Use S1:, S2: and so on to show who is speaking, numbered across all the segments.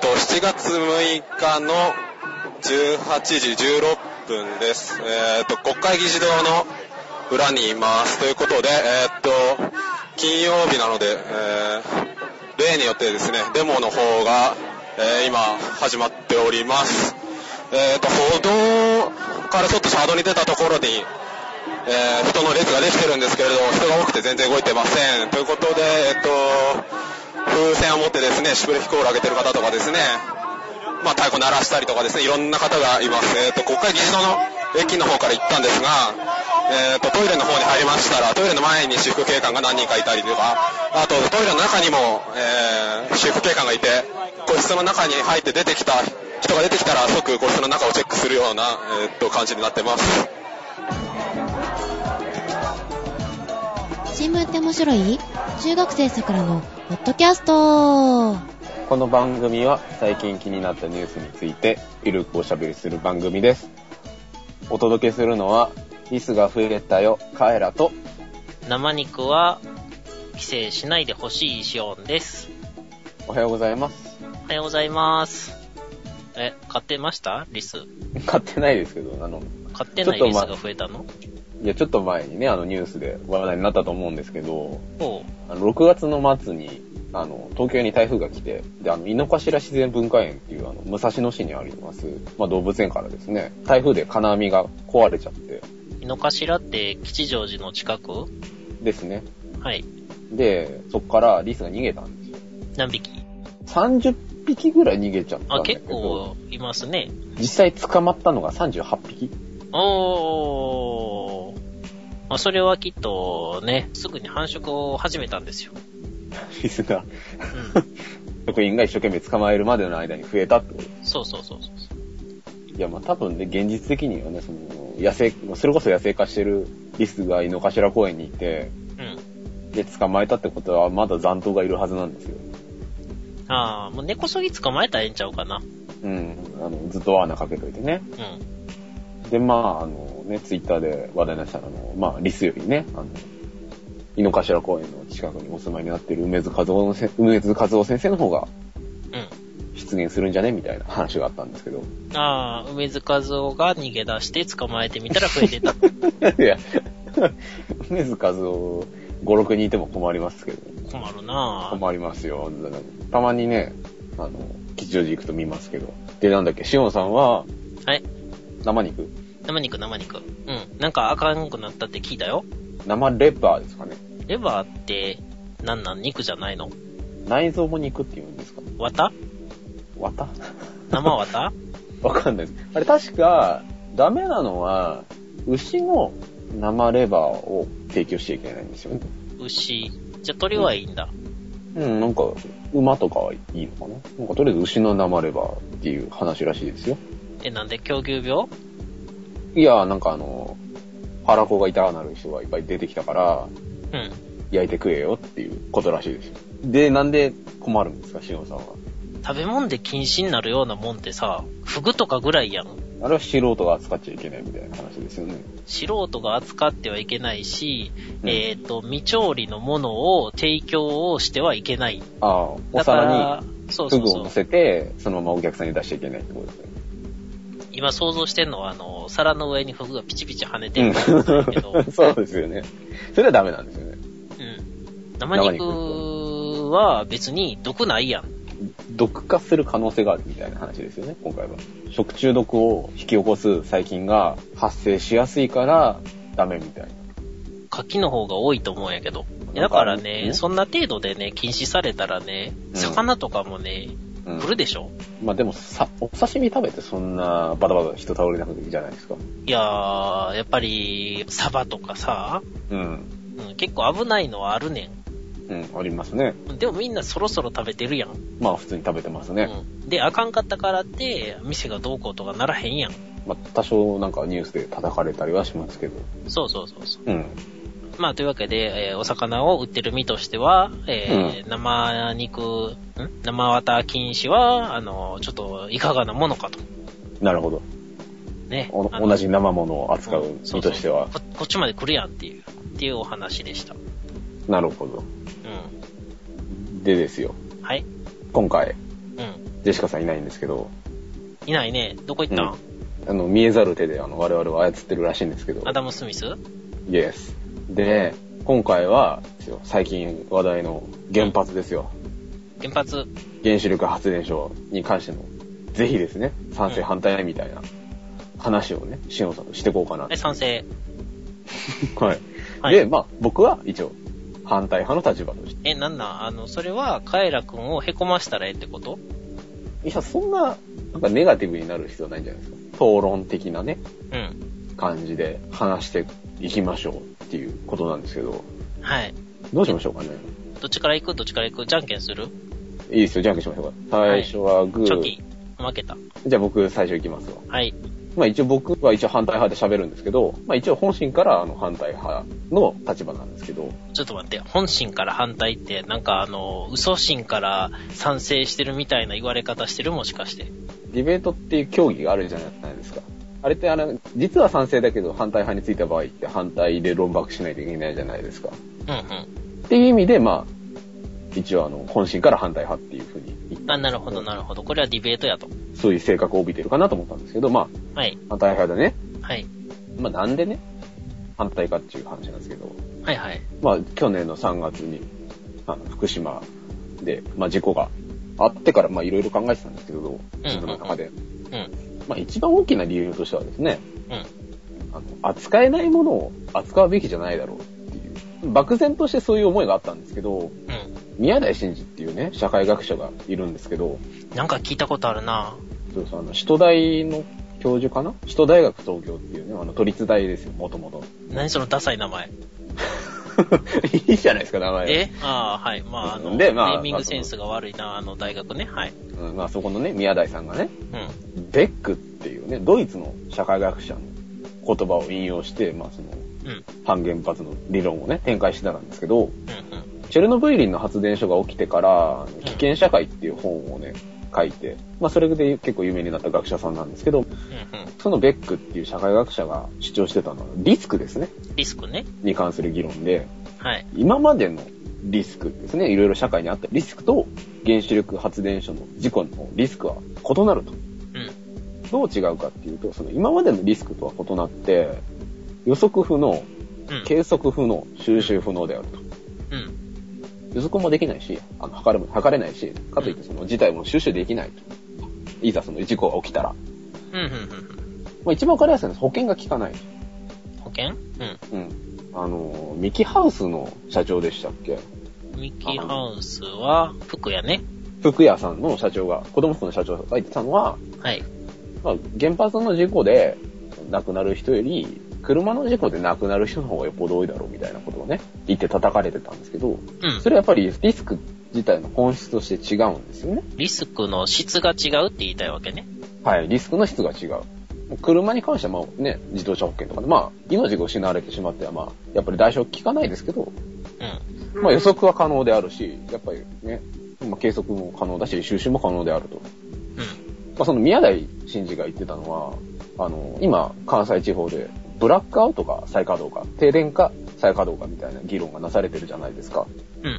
S1: 4月6日の18時16分です。えっ、と、国会議事堂の裏にいます。ということで、えっ、と、金曜日なので、えー例によってですね、デモの方が、えー今始まっております。えっ、と、歩道からちょっと車道に出たところに、えー人の列ができてるんですけれど、人が多くて全然動いてません。ということで、えっと、風船を持ってですね、シュプレヒコールを上げてる方とかですね、まあ太鼓鳴らしたりとかですね、いろんな方がいます。えっと、国会議事堂の駅の方から行ったんですが、えっと、トイレの方に入りましたら、トイレの前に私服警官が何人かいたりとか、あとトイレの中にも、えー、私服警官がいて、個室の中に入って出てきた、人が出てきたら即個室の中をチェックするような、えっと、感じになってます。
S2: 新聞って面白い中学生さくらのポッドキャスト
S3: この番組は最近気になったニュースについてゆるくおしゃべりする番組です。お届けするのは、リスが増えたよ、カエラと、
S4: 生肉は、規制しないでほしいシオンです。
S3: おはようございます。
S4: おはようございます。え、買ってましたリス。
S3: 買ってないですけど、あの、
S4: 買ってない
S3: ちょっ
S4: リ
S3: とま
S4: スが増えたの
S3: いや、ちょっと前にね、あのニュースで話題になったと思うんですけど、
S4: ほ
S3: あの6月の末に、あの、東京に台風が来て、で、あの、井の頭自然文化園っていう、あの、武蔵野市にあります、まあ、動物園からですね、台風で金網が壊れちゃって、
S4: う。井の頭って吉祥寺の近く
S3: ですね。
S4: はい。
S3: で、そこからリスが逃げたんですよ。
S4: 何匹
S3: 30匹ぐらい逃げちゃったん
S4: あ、
S3: だけ
S4: 結
S3: ど、
S4: 構いますね。
S3: 実際捕まったのが38匹
S4: おー。まあ、それはきっとね、すぐに繁殖を始めたんですよ。
S3: リスが、
S4: うん。
S3: 職員が一生懸命捕まえるまでの間に増えたってことで
S4: そうそうそうそう。
S3: す。いや、まあ多分ね、現実的にはね、その、野生、それこそ野生化してるリスが井の頭公園にいて、
S4: うん。
S3: で、捕まえたってことは、まだ残党がいるはずなんですよ。
S4: あー、もう根こそぎ捕まえたらええんちゃうかな。
S3: うん。あの、ずっと穴かけといてね。
S4: うん。
S3: で、まあ、あの、ね、ツイッターで話題になったあの、まあ、リスよりね、あの、井の頭公園の近くにお住まいになってる梅津和夫のせ、梅津和夫先生の方が
S4: うん。
S3: 出現するんじゃねみたいな話があったんですけど。
S4: あー、梅津和夫が逃げ出して捕まえてみたら増 えてた。
S3: いや、梅津和夫、5、6人いても困りますけど、
S4: 困るなぁ。
S3: 困りますよ。たまにね、あの、吉祥寺行くと見ますけど。で、なんだっけ、しおんさんは、
S4: はい。
S3: 生肉
S4: 生肉、生肉。うん。なんかあかんくなったって聞いたよ。
S3: 生レバーですかね。
S4: レバーって、なんなん肉じゃないの
S3: 内臓も肉って言うんですか
S4: 綿
S3: 綿
S4: 生 綿
S3: わかんないです。あれ確か、ダメなのは、牛の生レバーを提供しちゃいけないんですよね。
S4: 牛。じゃ、鳥はいいんだ。
S3: うん、なんか、馬とかはいいのかななんかとりあえず牛の生レバーっていう話らしいですよ。
S4: え、なんで狂牛病
S3: いやー、なんかあの、腹子が痛くなる人がいっぱい出てきたから、
S4: うん。
S3: 焼いて食えよっていうことらしいですよ。で、なんで困るんですか、しおんさんは。
S4: 食べ物で禁止になるようなもんってさ、フグとかぐらいやん。
S3: あれは素人が扱っちゃいけないみたいな話ですよね。
S4: 素人が扱ってはいけないし、
S3: うん
S4: えっ、と、未調理のものを提供をしてはいけない。
S3: ああ、お
S4: だか
S3: 皿
S4: らそう
S3: にフ
S4: そう
S3: グ
S4: そ
S3: を乗
S4: う。
S3: せて、そのままお客さんに出しちゃいけないってことですよね。
S4: 今想像してんのは、あの、皿の上にフグがピチピチ跳ねてるからだけど、
S3: うん、 そうですよね。それはダメなんですよね。
S4: うん。生肉は別に毒ないやん。
S3: 毒化する可能性があるみたいな話ですよね、今回は。食中毒を引き起こす細菌が発生しやすいからダメみたいな。
S4: 牡蠣の方が多いと思うんやけど。
S3: なんか
S4: だから
S3: ある
S4: ね、
S3: ね
S4: そんな程度でね、禁止されたらね、
S3: うん
S4: 魚とかもね、
S3: うん
S4: 来るでしょ
S3: まあでもさ、お刺身食べてそんなバタバタ人倒れなくていいじゃないですか。
S4: いやー、やっぱり、サバとかさ、
S3: うん。
S4: うん、結構危ないのはあるね
S3: うん、ありますね。
S4: ん。でもみんなそろそろ食べてるやん。
S3: まあ普通に食べてます
S4: う
S3: ね。
S4: ん、で、あかんかったからって、店がどうこうとかならへんやん。
S3: まあ多少なんかニュースで叩かれたりはしますけど。
S4: そうそうそうそう。
S3: うん。
S4: まあ、というわけで、えーお魚を売ってる身としては、えー生肉、ん生綿禁止は、あの、ちょっと、いかがなものかと。
S3: なるほど。
S4: ね。
S3: お
S4: あの
S3: 同じ生ものを扱う
S4: う
S3: ん
S4: そ
S3: 身
S4: うそう
S3: としては。
S4: こ。こっちまで来るやんっていう、っていうお話でした。う
S3: なるほど。
S4: ん。
S3: でですよ。
S4: はい。
S3: 今回、
S4: うん。
S3: ジェシカさんいないんですけど、
S4: いないね。どこ行ったん、
S3: あの、見えざる手で、あの、我々は操ってるらしいんですけど、
S4: アダム・スミス
S3: イエス。で、今回は、ですよ最近話題の原発ですよ。
S4: 原発。
S3: 原子力発電所に関しての、ぜひですね、賛成反対みたいな話をね、しのさんとしていこうかな
S4: はい、賛成。
S3: はい。
S4: はい
S3: で、まあ、僕は一応、反対派の立場として。
S4: え、なんなんあの、それは、カエラくんをへこましたらええってこと
S3: いや、そんな、なんかネガティブになる必要ないんじゃないですか。討論的なね、
S4: うん。
S3: 感じで話していきましょうっていうことなんですけど、
S4: はい。
S3: どうしましょうかね。
S4: どっちから行くどっちから行くじゃんけんする
S3: いいですよ、じゃんけんしましょうか。最初はグ
S4: チ
S3: ー。
S4: ョキ。負けた。
S3: じゃあ僕最初いきますわ。
S4: はい。
S3: まあ一応僕は一応反対派で喋るんですけど、まあ一応本心からあの反対派の立場なんですけど、
S4: ちょっと待って、本心から反対って、なんかあの、嘘心から賛成してるみたいな言われ方してるもしかして。
S3: ディベートっていう競技があるじゃないですか。あれってあの、実は賛成だけど反対派についた場合って反対で論爆しないといけないじゃないですか。
S4: うんうん。
S3: っていう意味で、まあ、一応あの、本心から反対派っていうふうに言った
S4: あ、なるほど、なるほど。これはディベートやと。
S3: そういう性格を帯びてるかなと思ったんですけど、まあ、
S4: はい。
S3: 反対派だね。
S4: はい。
S3: まあなんでね、反対かっていう話なんですけど、
S4: はいはい。
S3: まあ、去年の3月に、あの福島で、まあ、事故があってから、まあ、いろいろ考えてたんですけど、自分の中で。
S4: うん。
S3: まあ、一番大きな理由としてはですね、
S4: うん。
S3: あの、扱えないものを扱うべきじゃないだろうっていう、漠然としてそういう思いがあったんですけど、
S4: う
S3: 宮台真司っていうね、社会学者がいるんですけど、
S4: ん。なんか聞いたことあるな
S3: そうそうあの、首都大の教授かな首都大学東京っていうね、あの、都立大ですよ、もともと。
S4: 何そのダサい名前。
S3: いいじゃないですか、名前。
S4: えああ、はい。まあ、あの、
S3: でまあ
S4: ネーミングセンスが悪いな、あの大学ね。はい。
S3: うん、まあ、そこのね、宮台さんがね、
S4: うん。
S3: ベックっていうね、ドイツの社会学者の言葉を引用して、まあその、
S4: うん。
S3: 反原発の理論をね、展開してたんですけど、
S4: うん。うん。
S3: チェルノブイリの発電所が起きてから、あの危険社会っていう本をね、書いて、まあそれで結構有名になった学者さんなんですけど、
S4: うん。
S3: そのベックっていう社会学者が主張してたのは、リスクですね、
S4: うん。リスクね。
S3: に関する議論で、
S4: はい。
S3: 今までのリスクですね、いろいろ社会にあったリスクと原子力発電所の事故のリスクは異なると。
S4: うん。
S3: どう違うかっていうと、その今までのリスクとは異なって、予測不能、
S4: うん。
S3: 計測不能、収集不能であると。
S4: うん。
S3: 予測もできないし、あの、測れも、測れないし、かといってその事態も収集できないと。いざその事故が起きたら。
S4: うん。うん。うん。
S3: まあ一番わかりやすいのは保険が効かない。
S4: 保険うん。
S3: うん。あの、ミキハウスの社長でしたっけ
S4: ミッキーハウスは、服やね。
S3: 福屋さんの社長が、子供服の社長が言ってたのは、
S4: はい。
S3: まあ、原発の事故で亡くなる人より、車の事故で亡くなる人の方がよっぽど多いだろうみたいなことをね、言って叩かれてたんですけど、
S4: うん
S3: そ。れはやっぱりリスク自体の本質として違うんですよね。
S4: リスクの質が違うって言いたいわけね。
S3: はい、リスクの質が違う。車に関してはまあね、自動車保険とかで、まあ、命が失われてしまってはまあ、やっぱり代償効かないですけど、
S4: うん。
S3: まあ予測は可能であるし、やっぱりね、まあ計測も可能だし、収集も可能であると。
S4: うん。
S3: まあ、その宮台真司が言ってたのは、あの、今、関西地方で、ブラックアウトか再稼働か、停電か再稼働かみたいな議論がなされてるじゃないですか。
S4: うん。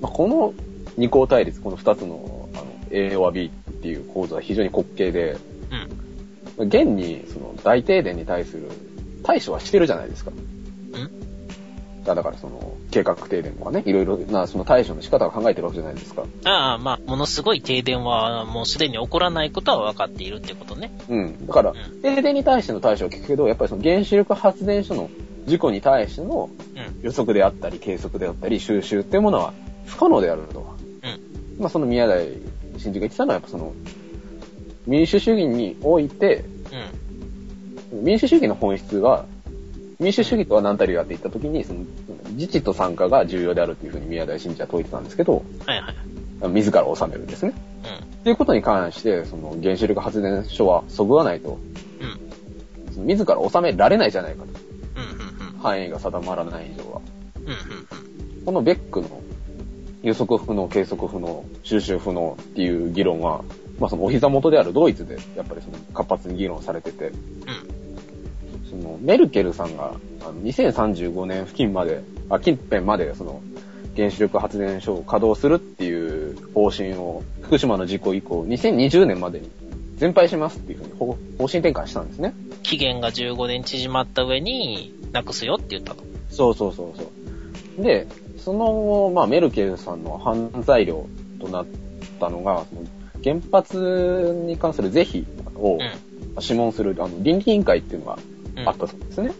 S3: まあ、この二項対立、この二つの、あの、A or B っていう構図は非常に滑稽で、
S4: うん。
S3: まあ現に、その、大停電に対する対処はしてるじゃないですか。
S4: うん。
S3: だから、その、計画停電とかね、いろいろな、その対処の仕方を考えてるわけじゃないですか。
S4: ああ、まあ、ものすごい停電は、もうすでに起こらないことは分かっているってことね。
S3: うん。だから
S4: うん、
S3: 停電に対しての対処は聞くけど、やっぱりその原子力発電所の事故に対しての
S4: うん。
S3: 予測であったり、計測であったり、収集っていうものは不可能であると。
S4: うん。
S3: まあ、その宮台真司が言ってたのは、やっぱその、民主主義において、
S4: うん。
S3: 民主主義の本質は、民主主義とは何たりだって言った時に、その、自治と参加が重要であるっていうふうに宮台真司は説いてたんですけど、
S4: はいはい。
S3: 自ら治めるんですね。っていうことに関して、その、原子力発電所はそぐわないと、
S4: うん。うん。
S3: その自ら治められないじゃないかと。
S4: うん。うん。
S3: 範囲が定まらない以上は。
S4: うん。うん。
S3: このベックの予測不能、計測不能、収集不能っていう議論は、まあそのお膝元であるドイツで、やっぱりその活発に議論されてて、
S4: うん。うん。
S3: そのメルケルさんがあの2035年付近まで、あ、近辺までその原子力発電所を稼働するっていう方針を、福島の事故以降、2020年までに全廃しますっていうふうに方方針転換したんですね。
S4: 期限が15年縮まった上に、なくすよって言ったと。
S3: そうそうそうそう。で、その後、まあ、メルケルさんの犯罪量となったのが、その原発に関する是非を
S4: うん。
S3: 諮問する、あの、倫理委員会っていうのが
S4: うん。
S3: あったそうですね。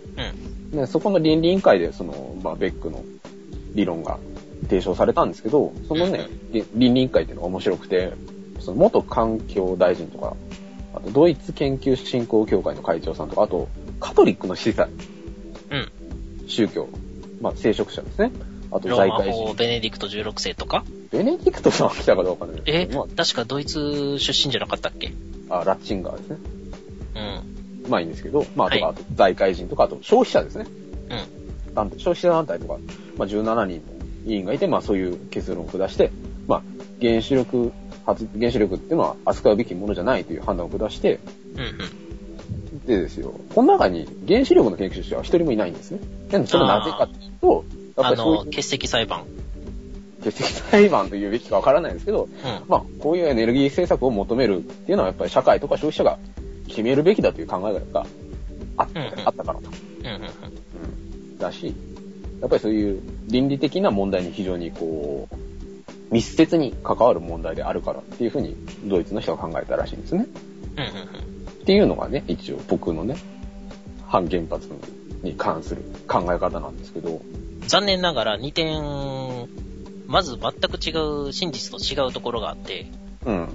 S4: うん。
S3: で、そこの倫理委員会で、その、まあ、ベックの理論が提唱されたんですけど、そのね、り倫理委員会っていうのが面白くて、その元環境大臣とか、あとドイツ研究振興協会の会長さんとか、あとカトリックの司祭、
S4: うん。
S3: 宗教、まあ、聖職者ですね。あと
S4: ロー
S3: 財
S4: マ
S3: 界
S4: 法
S3: 人。
S4: ベネディクト16世とか
S3: ベネディクトさんは来たかどうかね。
S4: え、
S3: ま
S4: 確かドイツ出身じゃなかったっけ
S3: あ、あラッチンガーですね。
S4: うん。
S3: まあいいんですけど、まあ、とか、
S4: は
S3: あと財界人とか、あと消費者ですね。
S4: うん。
S3: 団消費者団体とか、まあ、17人の委員がいて、まあ、そういう結論を下して、まあ、原子力発、原子力っていうのは扱うべきものじゃないという判断を下して、
S4: うんうん。
S3: でですよ、この中に原子力の研究者は一人もいないんですね。で、それはなぜかっていうと、やっぱ
S4: あ
S3: りそう
S4: の、
S3: いう
S4: 欠席裁判。
S3: 決定裁判というべきかわからないんですけど、
S4: うん。
S3: まあ、こういうエネルギー政策を求めるっていうのは、やっぱり社会とか消費者が決めるべきだという考えがあっ
S4: うんうん
S3: あったからと。
S4: うんうんうん。
S3: だし、やっぱりそういう倫理的な問題に非常にこう、密接に関わる問題であるからっていうふうにドイツの人が考えたらしいんですね。
S4: うんうん
S3: っていうのがね、一応僕のね、反原発に関する考え方なんですけど、
S4: うん。残念ながら2点、まず全く違う、真実と違うところがあって、
S3: うん。
S4: うん。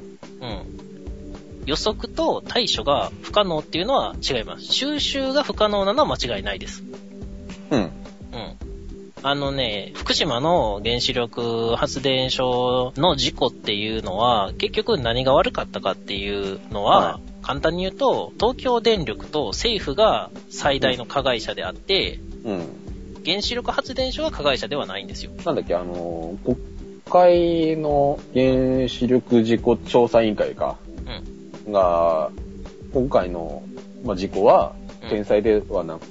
S4: 予測と対処が不可能っていうのは違います。収集が不可能なのは間違いないです。
S3: うん。
S4: うん。あのね、福島の原子力発電所の事故っていうのは、結局何が悪かったかっていうのは、
S3: は
S4: 簡単に言うと、東京電力と政府が最大の加害者であって、
S3: うん。
S4: 原子力発電所は加害者ではないんですよ。
S3: なんだっけ、あの、国会の原子力事故調査委員会か、が、今回の、まあ、事故は
S4: うん、
S3: 天災ではなく、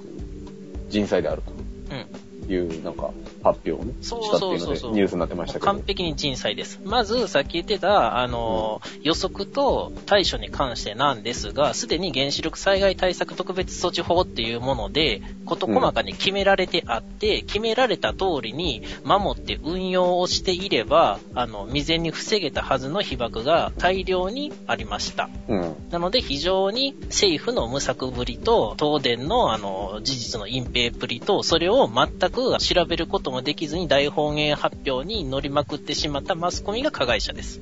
S3: 人災であると。
S4: うん。
S3: いう、なんか、発表をね、し
S4: そう
S3: たっていう
S4: そ
S3: ので
S4: うそうそう、
S3: ニュースになってましたけど。
S4: 完璧に人災です。まず、さっき言ってた、あの、予測と対処に関してなんですが、すでに原子力災害対策特別措置法っていうもので、事細かに決められてあって、決められた通りに守って運用をしていれば、あの、未然に防げたはずの被爆が大量にありました。
S3: うん。
S4: なので非常に政府の無策ぶりと、東電のあの、事実の隠蔽ぶりと、それを全く調べることもできずに大本営発表に乗りまくってしまったマスコミが加害者です。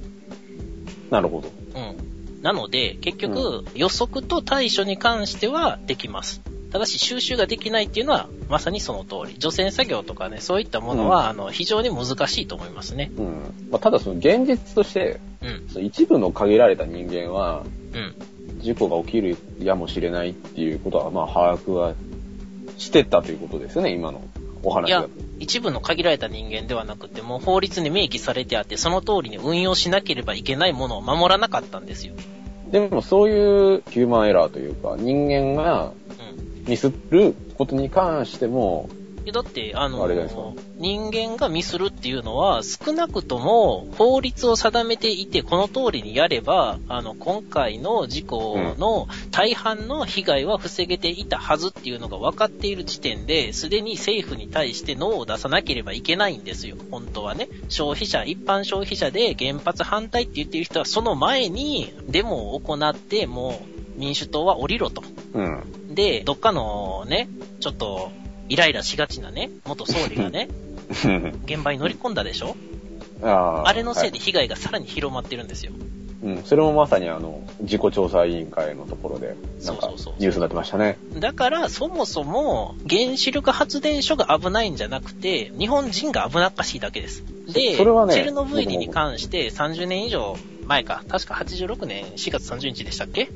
S3: なるほど。
S4: うん。なので、結局、予測と対処に関してはできます。ただし、収集ができないっていうのは、まさにその通り。除染作業とかね、そういったものは、あの、非常に難しいと思いますね。
S3: うん。まあ、ただその現実として、
S4: うん、
S3: その一部の限られた人間は、
S4: うん、
S3: 事故が起きるやもしれないっていうことは、まあ、把握はしてたということですよね、今のお話
S4: い
S3: だ
S4: や
S3: と。、
S4: 一部の限られた人間ではなくて、もう法律に明記されてあって、その通りに運用しなければいけないものを守らなかったんですよ。
S3: でもそういうヒューマンエラーというか、人間が
S4: う
S3: ミスることに関しても、
S4: ん。だって、あの
S3: あれじゃないですか
S4: 人間がミスるっていうのは、少なくとも法律を定めていて、この通りにやれば、あの、今回の事故の大半の被害は防げていたはずっていうのが分かっている時点で、すでに政府に対してノーを出さなければいけないんですよ。本当はね。消費者、一般消費者で原発反対って言ってる人は、その前にデモを行って、もう民主党は降りろと。
S3: うん。
S4: で、どっかのね、ちょっと、イライラしがちなね、元総理がね、現場に乗り込んだでしょ
S3: あー
S4: あれのせいで
S3: は
S4: 被害がさらに広まってるんですよ。
S3: うん。それもまさにあの、自己調査委員会のところで、なんか
S4: そうそうそう
S3: ニュースになってましたね。
S4: だから、そもそも、原子力発電所が危ないんじゃなくて、日本人が危なっかしいだけです。で、
S3: そそれはね
S4: チェルノブイリに関して30年以上前か、確か86年4月30日でしたっけ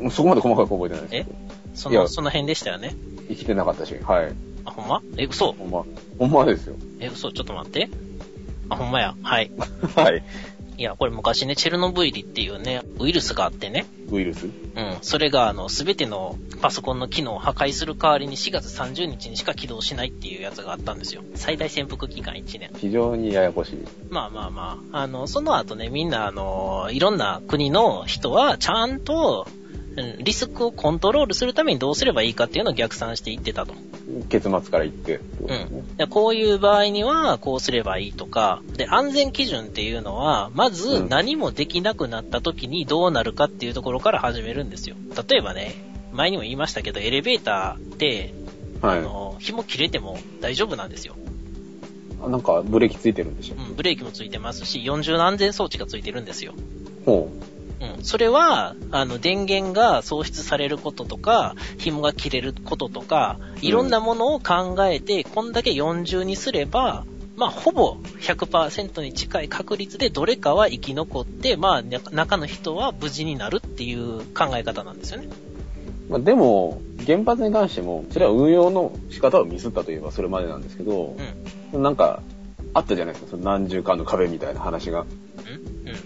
S3: うんそこまで細かく覚えてないですけど。
S4: そ
S3: い
S4: の、
S3: や
S4: その辺でしたよね。
S3: 生きてなかったし、はい。
S4: あ、ほんまえ、嘘
S3: ほんま、ほんまですよ。
S4: え、嘘ちょっと待って。あ、ほんまや。はい。
S3: はい。
S4: いや、これ昔ね、チェルノブイリっていうね、ウイルスがあってね、
S3: ウイルス
S4: うん、それが、あの、すべてのパソコンの機能を破壊する代わりに4月30日にしか起動しないっていうやつがあったんですよ。最大潜伏期間1年。
S3: 非常にややこしい。
S4: まあまあまあ、あの、その後ね、みんな、あの、いろんな国の人は、ちゃんと、うんリスクをコントロールするためにどうすればいいかっていうのを逆算していってたと。
S3: 結末から言ってってこと
S4: う
S3: ですね。
S4: ん。でこういう場合には、こうすればいいとか、で、安全基準っていうのは、まず
S3: うん
S4: 何もできなくなった時にどうなるかっていうところから始めるんですよ。例えばね、前にも言いましたけど、エレベーターって、あ
S3: は
S4: の、紐切れても大丈夫なんですよ。
S3: い。なんかブレーキついてるんでしょ
S4: うん、ブレーキもついてますし、40の安全装置がついてるんですよ。
S3: ほ
S4: うん、それは、あの、電源が喪失されることとか、紐が切れることとか、いろんなものを考えて、こんだけ40にすれば、まあ、ほぼ100%に近い確率でどれかは生き残って、まあ、中中の人は無事になるっていう考え方なんですよね。
S3: う。まあ、でも、原発に関しても、それは運用の仕方をミスったといえばそれまでなんですけど
S4: うん、。
S3: なんか、あったじゃないですか、その何重間の壁みたいな話が。
S4: うんうん。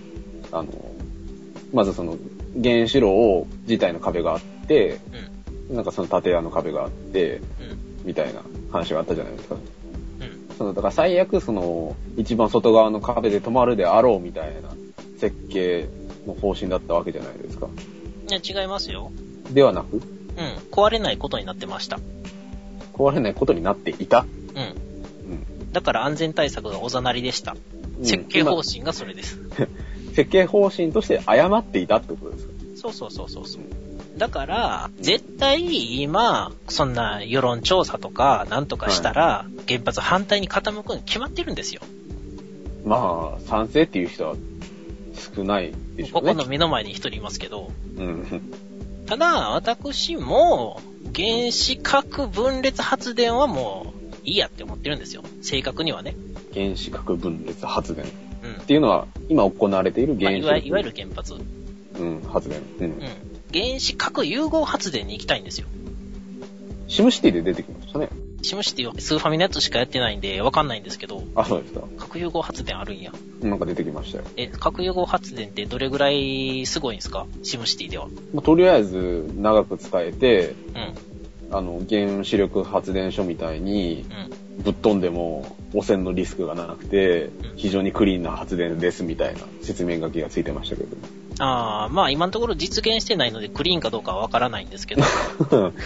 S3: あの、まずその、原子炉を自体の壁があって、
S4: うん。
S3: なんかその建屋の壁があって、
S4: うん。
S3: みたいな話があったじゃないですか。
S4: うん。
S3: そのだから最悪その一番外側の壁で止まるであろうみたいな設計の方針だったわけじゃないですか。
S4: いや、違いますよ。
S3: ではなく、
S4: うん。壊れないことになってました。
S3: 壊れないことになっていた。
S4: うん。
S3: うん
S4: だから安全対策がおざなりでした。
S3: うん
S4: 設計方
S3: 今
S4: 針がそれです。
S3: 設計方針として誤っていたってことですか。
S4: そうそうそうそうそう。だから、絶対今、そんな世論調査とか、なんとかしたら、原発反対に傾くに決まってるんですよ。
S3: まあ、賛成っていう人は少ないでしょ
S4: こ
S3: うね。
S4: この目の前に一人いますけど。
S3: うん。
S4: ただ、私も、原子核分裂発電はもう、いいやって思ってるんですよ。正確にはね。
S3: 原子核分裂発電っ
S4: うん。
S3: ていうのは、今行われている
S4: まあ、
S3: 原
S4: い
S3: 子
S4: わ
S3: 力
S4: いわゆる原発。うん。
S3: うん、発電。うん。
S4: 原子核融合発電に行きたいんですよ。
S3: シムシティで出てきましたね。
S4: シムシティはスーファミのやつしかやってないんで、わかんないんですけど、
S3: あ、そうですか。
S4: 核融合発電あるんや。
S3: なんか出てきましたよ。
S4: え、核融合発電ってどれぐらいすごいんですかシムシティでは。
S3: まあとりあえず、長く使えて、
S4: うん。
S3: あの、原子力発電所みたいに、
S4: う
S3: ぶっ飛んでも汚染のリスクがなくて、非常にクリーンな発電ですみたいな説明書きがついてましたけ
S4: ん。ああ、まあ今のところ実現してないのでクリーンかどうかはわからないん ですけど、
S3: ど。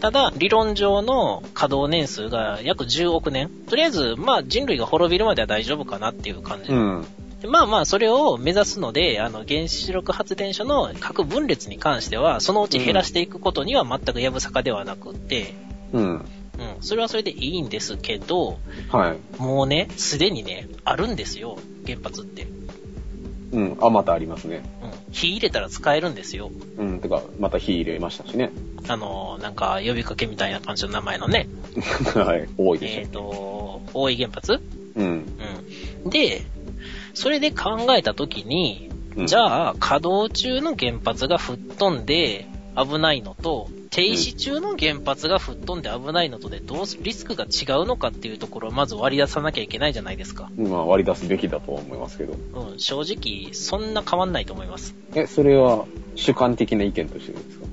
S4: ただ理論上の稼働年数が約10億年。とりあえず、まあ人類が滅びるまでは大丈夫かなっていう感じ。
S3: うん。
S4: でまあまあそれを目指すので、あの原子力発電所の核分裂に関しては、そのうち減らしていくことには全くやぶさかではなくって、
S3: うん。
S4: うん、それはそれでいいんですけど、
S3: はい。
S4: もうね、すでにね、あるんですよ、原発って。
S3: うん。あ、またありますね。
S4: うん火入れたら使えるんですよ。
S3: うん。てか、また火入れましたしね。
S4: あの、なんか、呼びかけみたいな感じの名前のね。
S3: はい。多いで
S4: えっ、
S3: し
S4: と、大井原発
S3: ょ。うん。
S4: うん。で、それで考えたときに、
S3: うん
S4: じゃあ、稼働中の原発が吹っ飛んで危ないのと、停止中の原発が吹っ飛んで危ないのとで、どうすリスクが違うのかっていうところをまず割り出さなきゃいけないじゃないですか。
S3: まあ、割り出すべきだとは思いますけど。
S4: うん、正直、そんな変わんないと思います。
S3: え、それは主観的な意見としてですか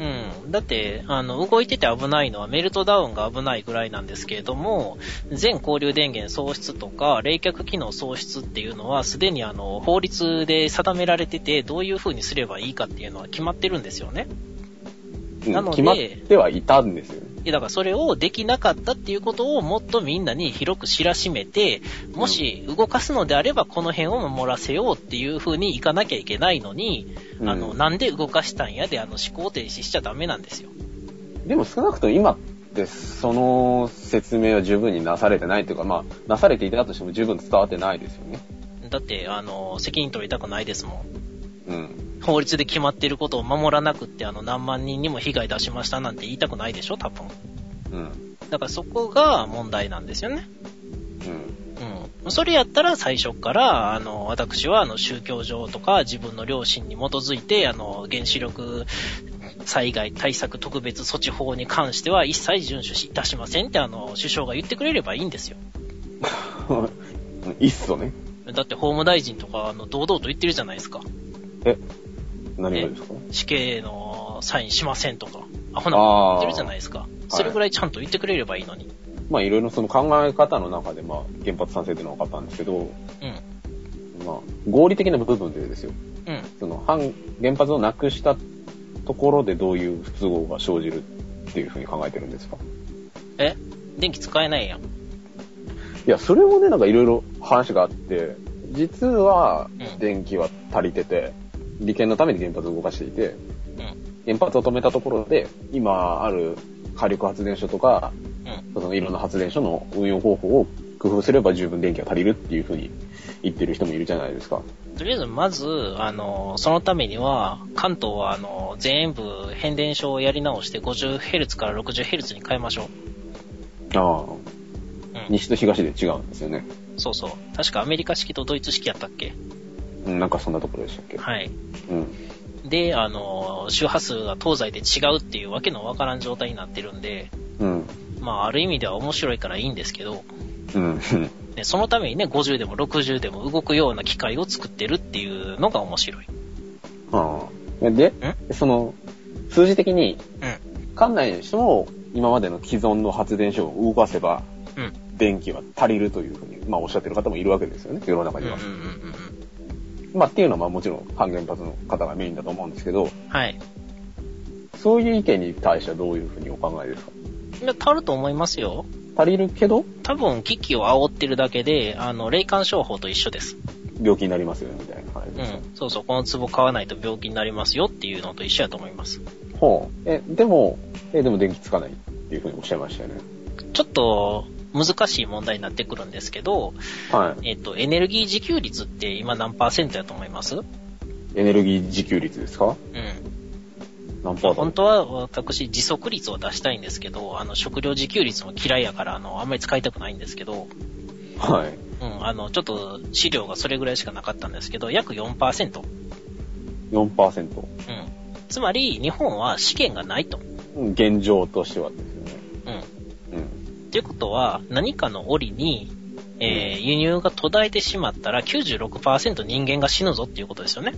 S4: うん。だって、あの、動いてて危ないのはメルトダウンが危ないぐらいなんですけれども、全交流電源喪失とか、冷却機能喪失っていうのは、すでにあの、法律で定められてて、どういう風にすればいいかっていうのは決まってるんですよね。
S3: うん
S4: なので
S3: 決まってはいたんですよね。
S4: いやだからそれをできなかったっていうことをもっとみんなに広く知らしめて、もし動かすのであればこの辺を守らせようっていう風にいかなきゃいけないのに、あの、
S3: うん
S4: なんで動かしたんやで、あの、思考停止しちゃダメなんですよ。
S3: でも少なくとも今ってその説明は十分になされてないというか、まあ、なされていたとしても十分伝わってないですよね。
S4: だって、あの、責任取りたくないですもん。
S3: うん。
S4: 法律で決まってることを守らなくって、あの、何万人にも被害出しましたなんて言いたくないでしょ、多分。
S3: うん。
S4: だからそこが問題なんですよね。
S3: うん。
S4: うん。それやったら最初から、あの、私は、あの、宗教上とか自分の良心に基づいて、あの、原子力災害対策特別措置法に関しては一切遵守いたしませんって、あの、首相が言ってくれればいいんですよ。
S3: いっそね。
S4: だって法務大臣とか、あの、堂々と言ってるじゃないですか。
S3: え、何がですか
S4: 死刑のサインしませんとか。あ、ほな、
S3: あー
S4: 言ってるじゃないですか。それぐらいちゃんと言ってくれればいいのに。
S3: まあいろいろその考え方の中で、まあ原発賛成っていうのは分かったんですけど、まあ合理的な部分でですよ。
S4: うん。うん。
S3: その反原発をなくしたところでどういう不都合が生じるっていうふうに考えてるんですか
S4: え電気使えないやん。
S3: いや、それもね、なんかいろいろ話があって、実は
S4: うん
S3: 電気は足りてて、利権のために原発を動かしていて、
S4: うん。
S3: 原発を止めたところで、今ある火力発電所とか、
S4: うん。
S3: そのいろんな発電所の運用方法を工夫すれば十分電気が足りるっていうふうに言ってる人もいるじゃないですか。
S4: とりあえず、まず、あの、そのためには、関東は、あの、全部変電所をやり直して 50Hz から 60Hz に変えましょう。
S3: ああ、
S4: うん。
S3: 西と東で違うんですよね。
S4: そうそう。確かアメリカ式とドイツ式やったっけ
S3: うんなんかそんなところでしたっけ
S4: はい。
S3: うん。
S4: で、あの、周波数が東西で違うっていうわけのわからん状態になってるんで、
S3: うん。
S4: まあ、ある意味では面白いからいいんですけど、
S3: うん。
S4: ね、そのためにね、50でも60でも動くような機械を作ってるっていうのが面白い。
S3: ああ。で、その、数字的に
S4: う
S3: 館内にしても、今までの既存の発電所を動かせば、
S4: ん。うん。
S3: 電気は足りるというふうに、まあおっしゃってる方もいるわけですよね、世の中
S4: うん
S3: に
S4: うん
S3: は。
S4: うん
S3: まあっていうのはまあもちろん反原発の方がメインだと思うんですけど、
S4: うん。はい。
S3: そういう意見に対してはどういうふうにお考えですか
S4: いや、足ると思いますよ。
S3: 足りるけど、
S4: 多分、危機を煽ってるだけで、あの、霊感商法と一緒です。
S3: 病気になりますよね、みたいな感じ
S4: う
S3: ですね。
S4: ん。そうそう、この壺買わないと病気になりますよっていうのと一緒やと思います。
S3: ほう。え、でも、え、でも電気つかないっていうふうにおっしゃいましたよね。
S4: ちょっと、難しい問題になってくるんですけど、
S3: はい。
S4: えっと、エネルギー自給率って今何パーセントやと思いますうん。
S3: エネルギー自給率ですか何パーだろ
S4: 本当は私、自足率を出したいんですけど、あの、食料自給率も嫌いやから、あの、あんまり使いたくないんですけど、
S3: うはい。
S4: うん、あの、ちょっと資料がそれぐらいしかなかったんですけど、約4%。うん。
S3: 4%。
S4: つまり、日本は資源がないと。
S3: うん現状としてはですよね。
S4: うん。
S3: うん。
S4: ということは、何かの折に、えー輸入が途絶えてしまったら96%人間が死ぬぞっていうことですよね。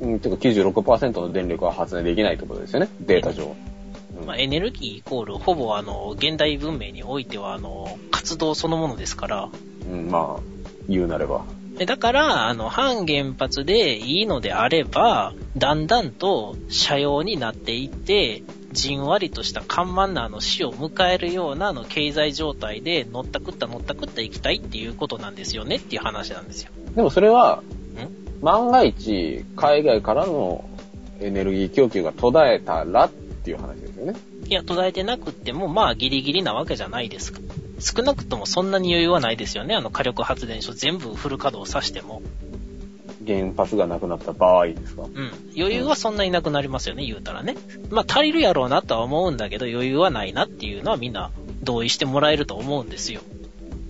S3: うん、てか96%の電力は発電できないってことですよね、データ上。うん
S4: まあ、エネルギーイコール、ほぼあの、現代文明においては、あの、活動そのものですから、
S3: うん、まあ、言うなれば。
S4: でだから、あの、反原発でいいのであれば、だんだんと車用になっていって、じんわりとした緩慢なあの死を迎えるようなあの経済状態で乗ったくった乗ったくった行きたいっていうことなんですよねっていう話なんですよ。
S3: でもそれは、
S4: ん
S3: 万が一、海外からのエネルギー供給が途絶えたらっていう話ですよね。
S4: いや、途絶えてなくっても、まあギリギリなわけじゃないですか。少なくともそんなに余裕はないですよね。あの火力発電所全部フル稼働さしても。
S3: 原発がなくなった場合ですか。
S4: うん。余裕はそんなになくなりますよね、言うたらね。まあ、足りるやろうなとは思うんだけど、余裕はないなっていうのはみんな同意してもらえると思うんですよ。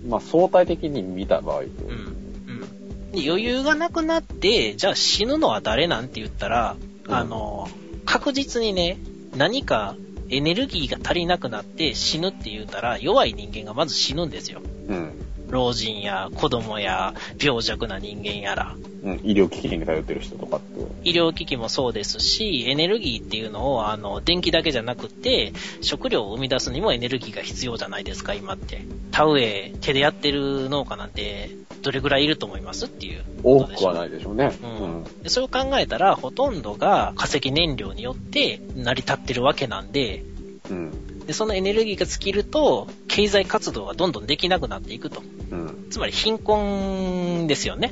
S3: まあ、相対的に見た場合ってこ
S4: うん。
S3: とで
S4: う
S3: すね
S4: ん。で余裕がなくなって、じゃあ死ぬのは誰なんて言ったら、
S3: うん
S4: あの、確実にね、何かエネルギーが足りなくなって死ぬって言ったら、弱い人間がまず死ぬんですよ。
S3: うん。
S4: 老人や子供や病弱な人間やら。
S3: うん。医療機器に頼ってる人とかって。
S4: 医療機器もそうですし、エネルギーっていうのを、あの、電気だけじゃなくて、食料を生み出すにもエネルギーが必要じゃないですか、今って。田植え、手でやってる農家なんて、どれぐらいいると思いますっていう。
S3: 多くはいないでしょうね。
S4: うん、でそれを考えたら、ほとんどが化石燃料によって成り立ってるわけなんで、
S3: うん。うん。
S4: でそのエネルギーが尽きると、経済活動がどんどんできなくなっていくと。
S3: うん。
S4: つまり貧困ですよね。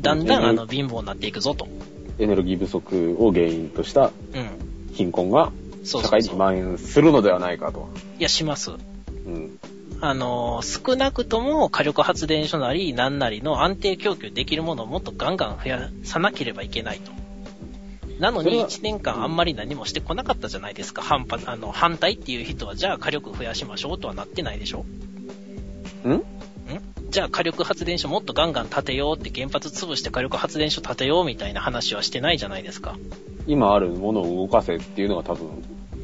S4: だんだんあの貧乏になっていくぞと。
S3: エネルギー不足を原因とした
S4: うん。
S3: 貧困が社
S4: そうそうそう
S3: 会に蔓延するのではないかと。
S4: いや、します。
S3: うん。
S4: あの、少なくとも火力発電所なり何なりの安定供給できるものをもっとガンガン増やさなければいけないと。なの
S3: それ
S4: に
S3: は
S4: 1年間あんまり何もしてこなかったじゃないですか。反発、あの、反対っていう人は、じゃあ火力増やしましょうとはなってないでしょ。
S3: ん
S4: んじゃあ火力発電所もっとガンガン建てようって原発潰して火力発電所建てようみたいな話はしてないじゃないですか。
S3: 今あるものを動かせっていうのが多分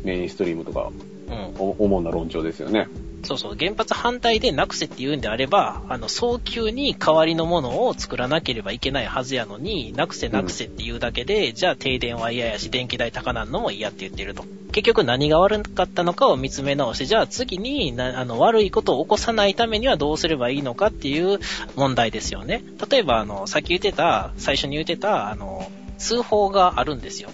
S3: メインストリームとか
S4: うん。
S3: お主な論調ですよね。
S4: そうそう、原発反対でなくせって言うんであれば、あの、早急に代わりのものを作らなければいけないはずやのに、なくせなくせって言うだけで、じゃあ停電は嫌やし、電気代高なんのも嫌って言ってると。結局何が悪かったのかを見つめ直して、じゃあ次になあの悪いことを起こさないためにはどうすればいいのかっていう問題ですよね。例えば、あの、さっき言ってた、最初に言ってた、あの、通報があるんですよ。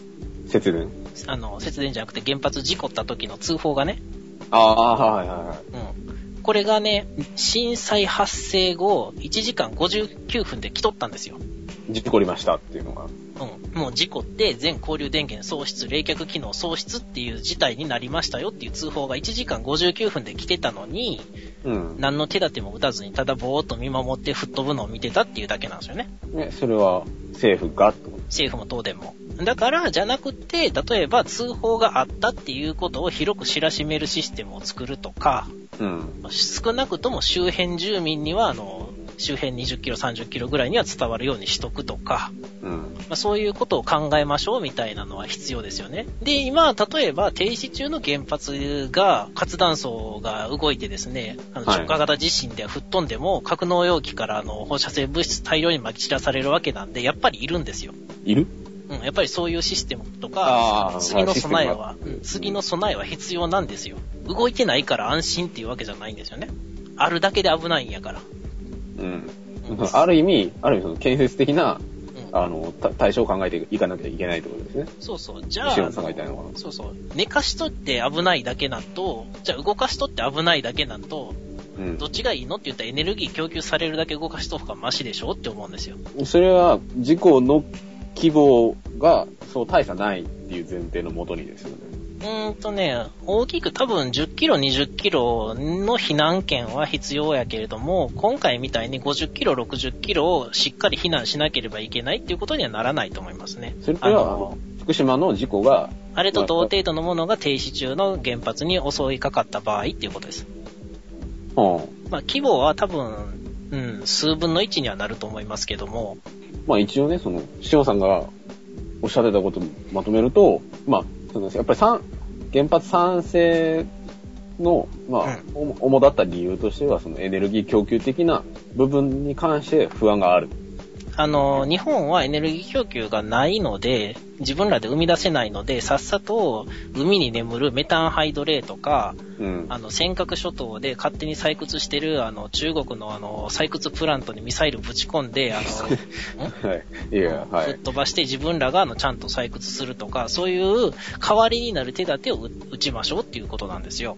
S3: 節電。
S4: あの、節電じゃなくて原発事故った時の通報がね。
S3: ああ、はいはいはい。
S4: うん。これがね、震災発生後、1時間59分で来とったんですよ。
S3: 事故りましたっていうのが。
S4: うん。もう事故って全交流電源喪失、冷却機能喪失っていう事態になりましたよっていう通報が1時間59分で来てたのに、
S3: うん。
S4: 何の手立ても打たずにただぼーっと見守って吹っ飛ぶのを見てたっていうだけなんですよね。
S3: ね、それは政府がってこと
S4: 政府も東電も。だから、じゃなくて、例えば通報があったっていうことを広く知らしめるシステムを作るとか、
S3: うん。
S4: 少なくとも周辺住民には、あの、周辺20キロ、30キロぐらいには伝わるようにしとくとか、
S3: うん。
S4: まあ、そういうことを考えましょうみたいなのは必要ですよね。で、今、例えば停止中の原発が、活断層が動いてですね、あの
S3: はい
S4: 直下型地震で吹っ飛んでも、格納容器からあの放射性物質大量にまき散らされるわけなんで、やっぱりいるんですよ。
S3: いる
S4: うん、やっぱりそういうシステムと
S3: あー、
S4: か次の備え
S3: まあ
S4: は
S3: システムがう、ん
S4: 次の備えは必要なんですよ。動いてないから安心っていうわけじゃないんですよね。あるだけで危ないんやから。
S3: うん
S4: うん。
S3: ある意味、ある意味その建設的な、
S4: うん
S3: あの、た対象を考えていかなきゃいけないってことですね。
S4: そうそう。じゃあ
S3: 後ろに、下がりたいのかな。
S4: そうそう。寝かしとって危ないだけなんと、じゃあ動かしとって危ないだけなんと、
S3: うん
S4: どっちがいいのって言ったらエネルギー供給されるだけ動かしとくかマシでしょって思うんですよ。
S3: それは事故の規模がそう大差ないっていう前提のもとにですよね。
S4: うーんとね、大きく多分10キロ、20キロの避難圏は必要やけれども、今回みたいに50キロ、60キロをしっかり避難しなければいけないっていうことにはならないと思いますね。
S3: それ
S4: あ
S3: は、あの
S4: の、
S3: 福島の事故が、
S4: あれと同程度のものが停止中の原発に襲いかかった場合っていうことです。
S3: うん、
S4: まあ、規模は多分、うん、数分の1にはなると思いますけども、
S3: まあ一応ね、その、塩さんがおっしゃってたことをまとめると、まあ、そのやっぱり三原発賛成の、まあ、主主だった理由としては、そのエネルギー供給的な部分に関して不安がある。
S4: あの、日本はエネルギー供給がないので、自分らで生み出せないので、さっさと海に眠るメタンハイドレーとか、
S3: うん。
S4: あの、尖閣諸島で勝手に採掘してる、あの、中国のあの、採掘プラントにミサイルぶち込んで、あの、ん
S3: はい。いや、は
S4: 吹っ
S3: い。
S4: 飛ばして自分らがあの、ちゃんと採掘するとか、そういう代わりになる手立てを打打ちましょうっていうことなんですよ。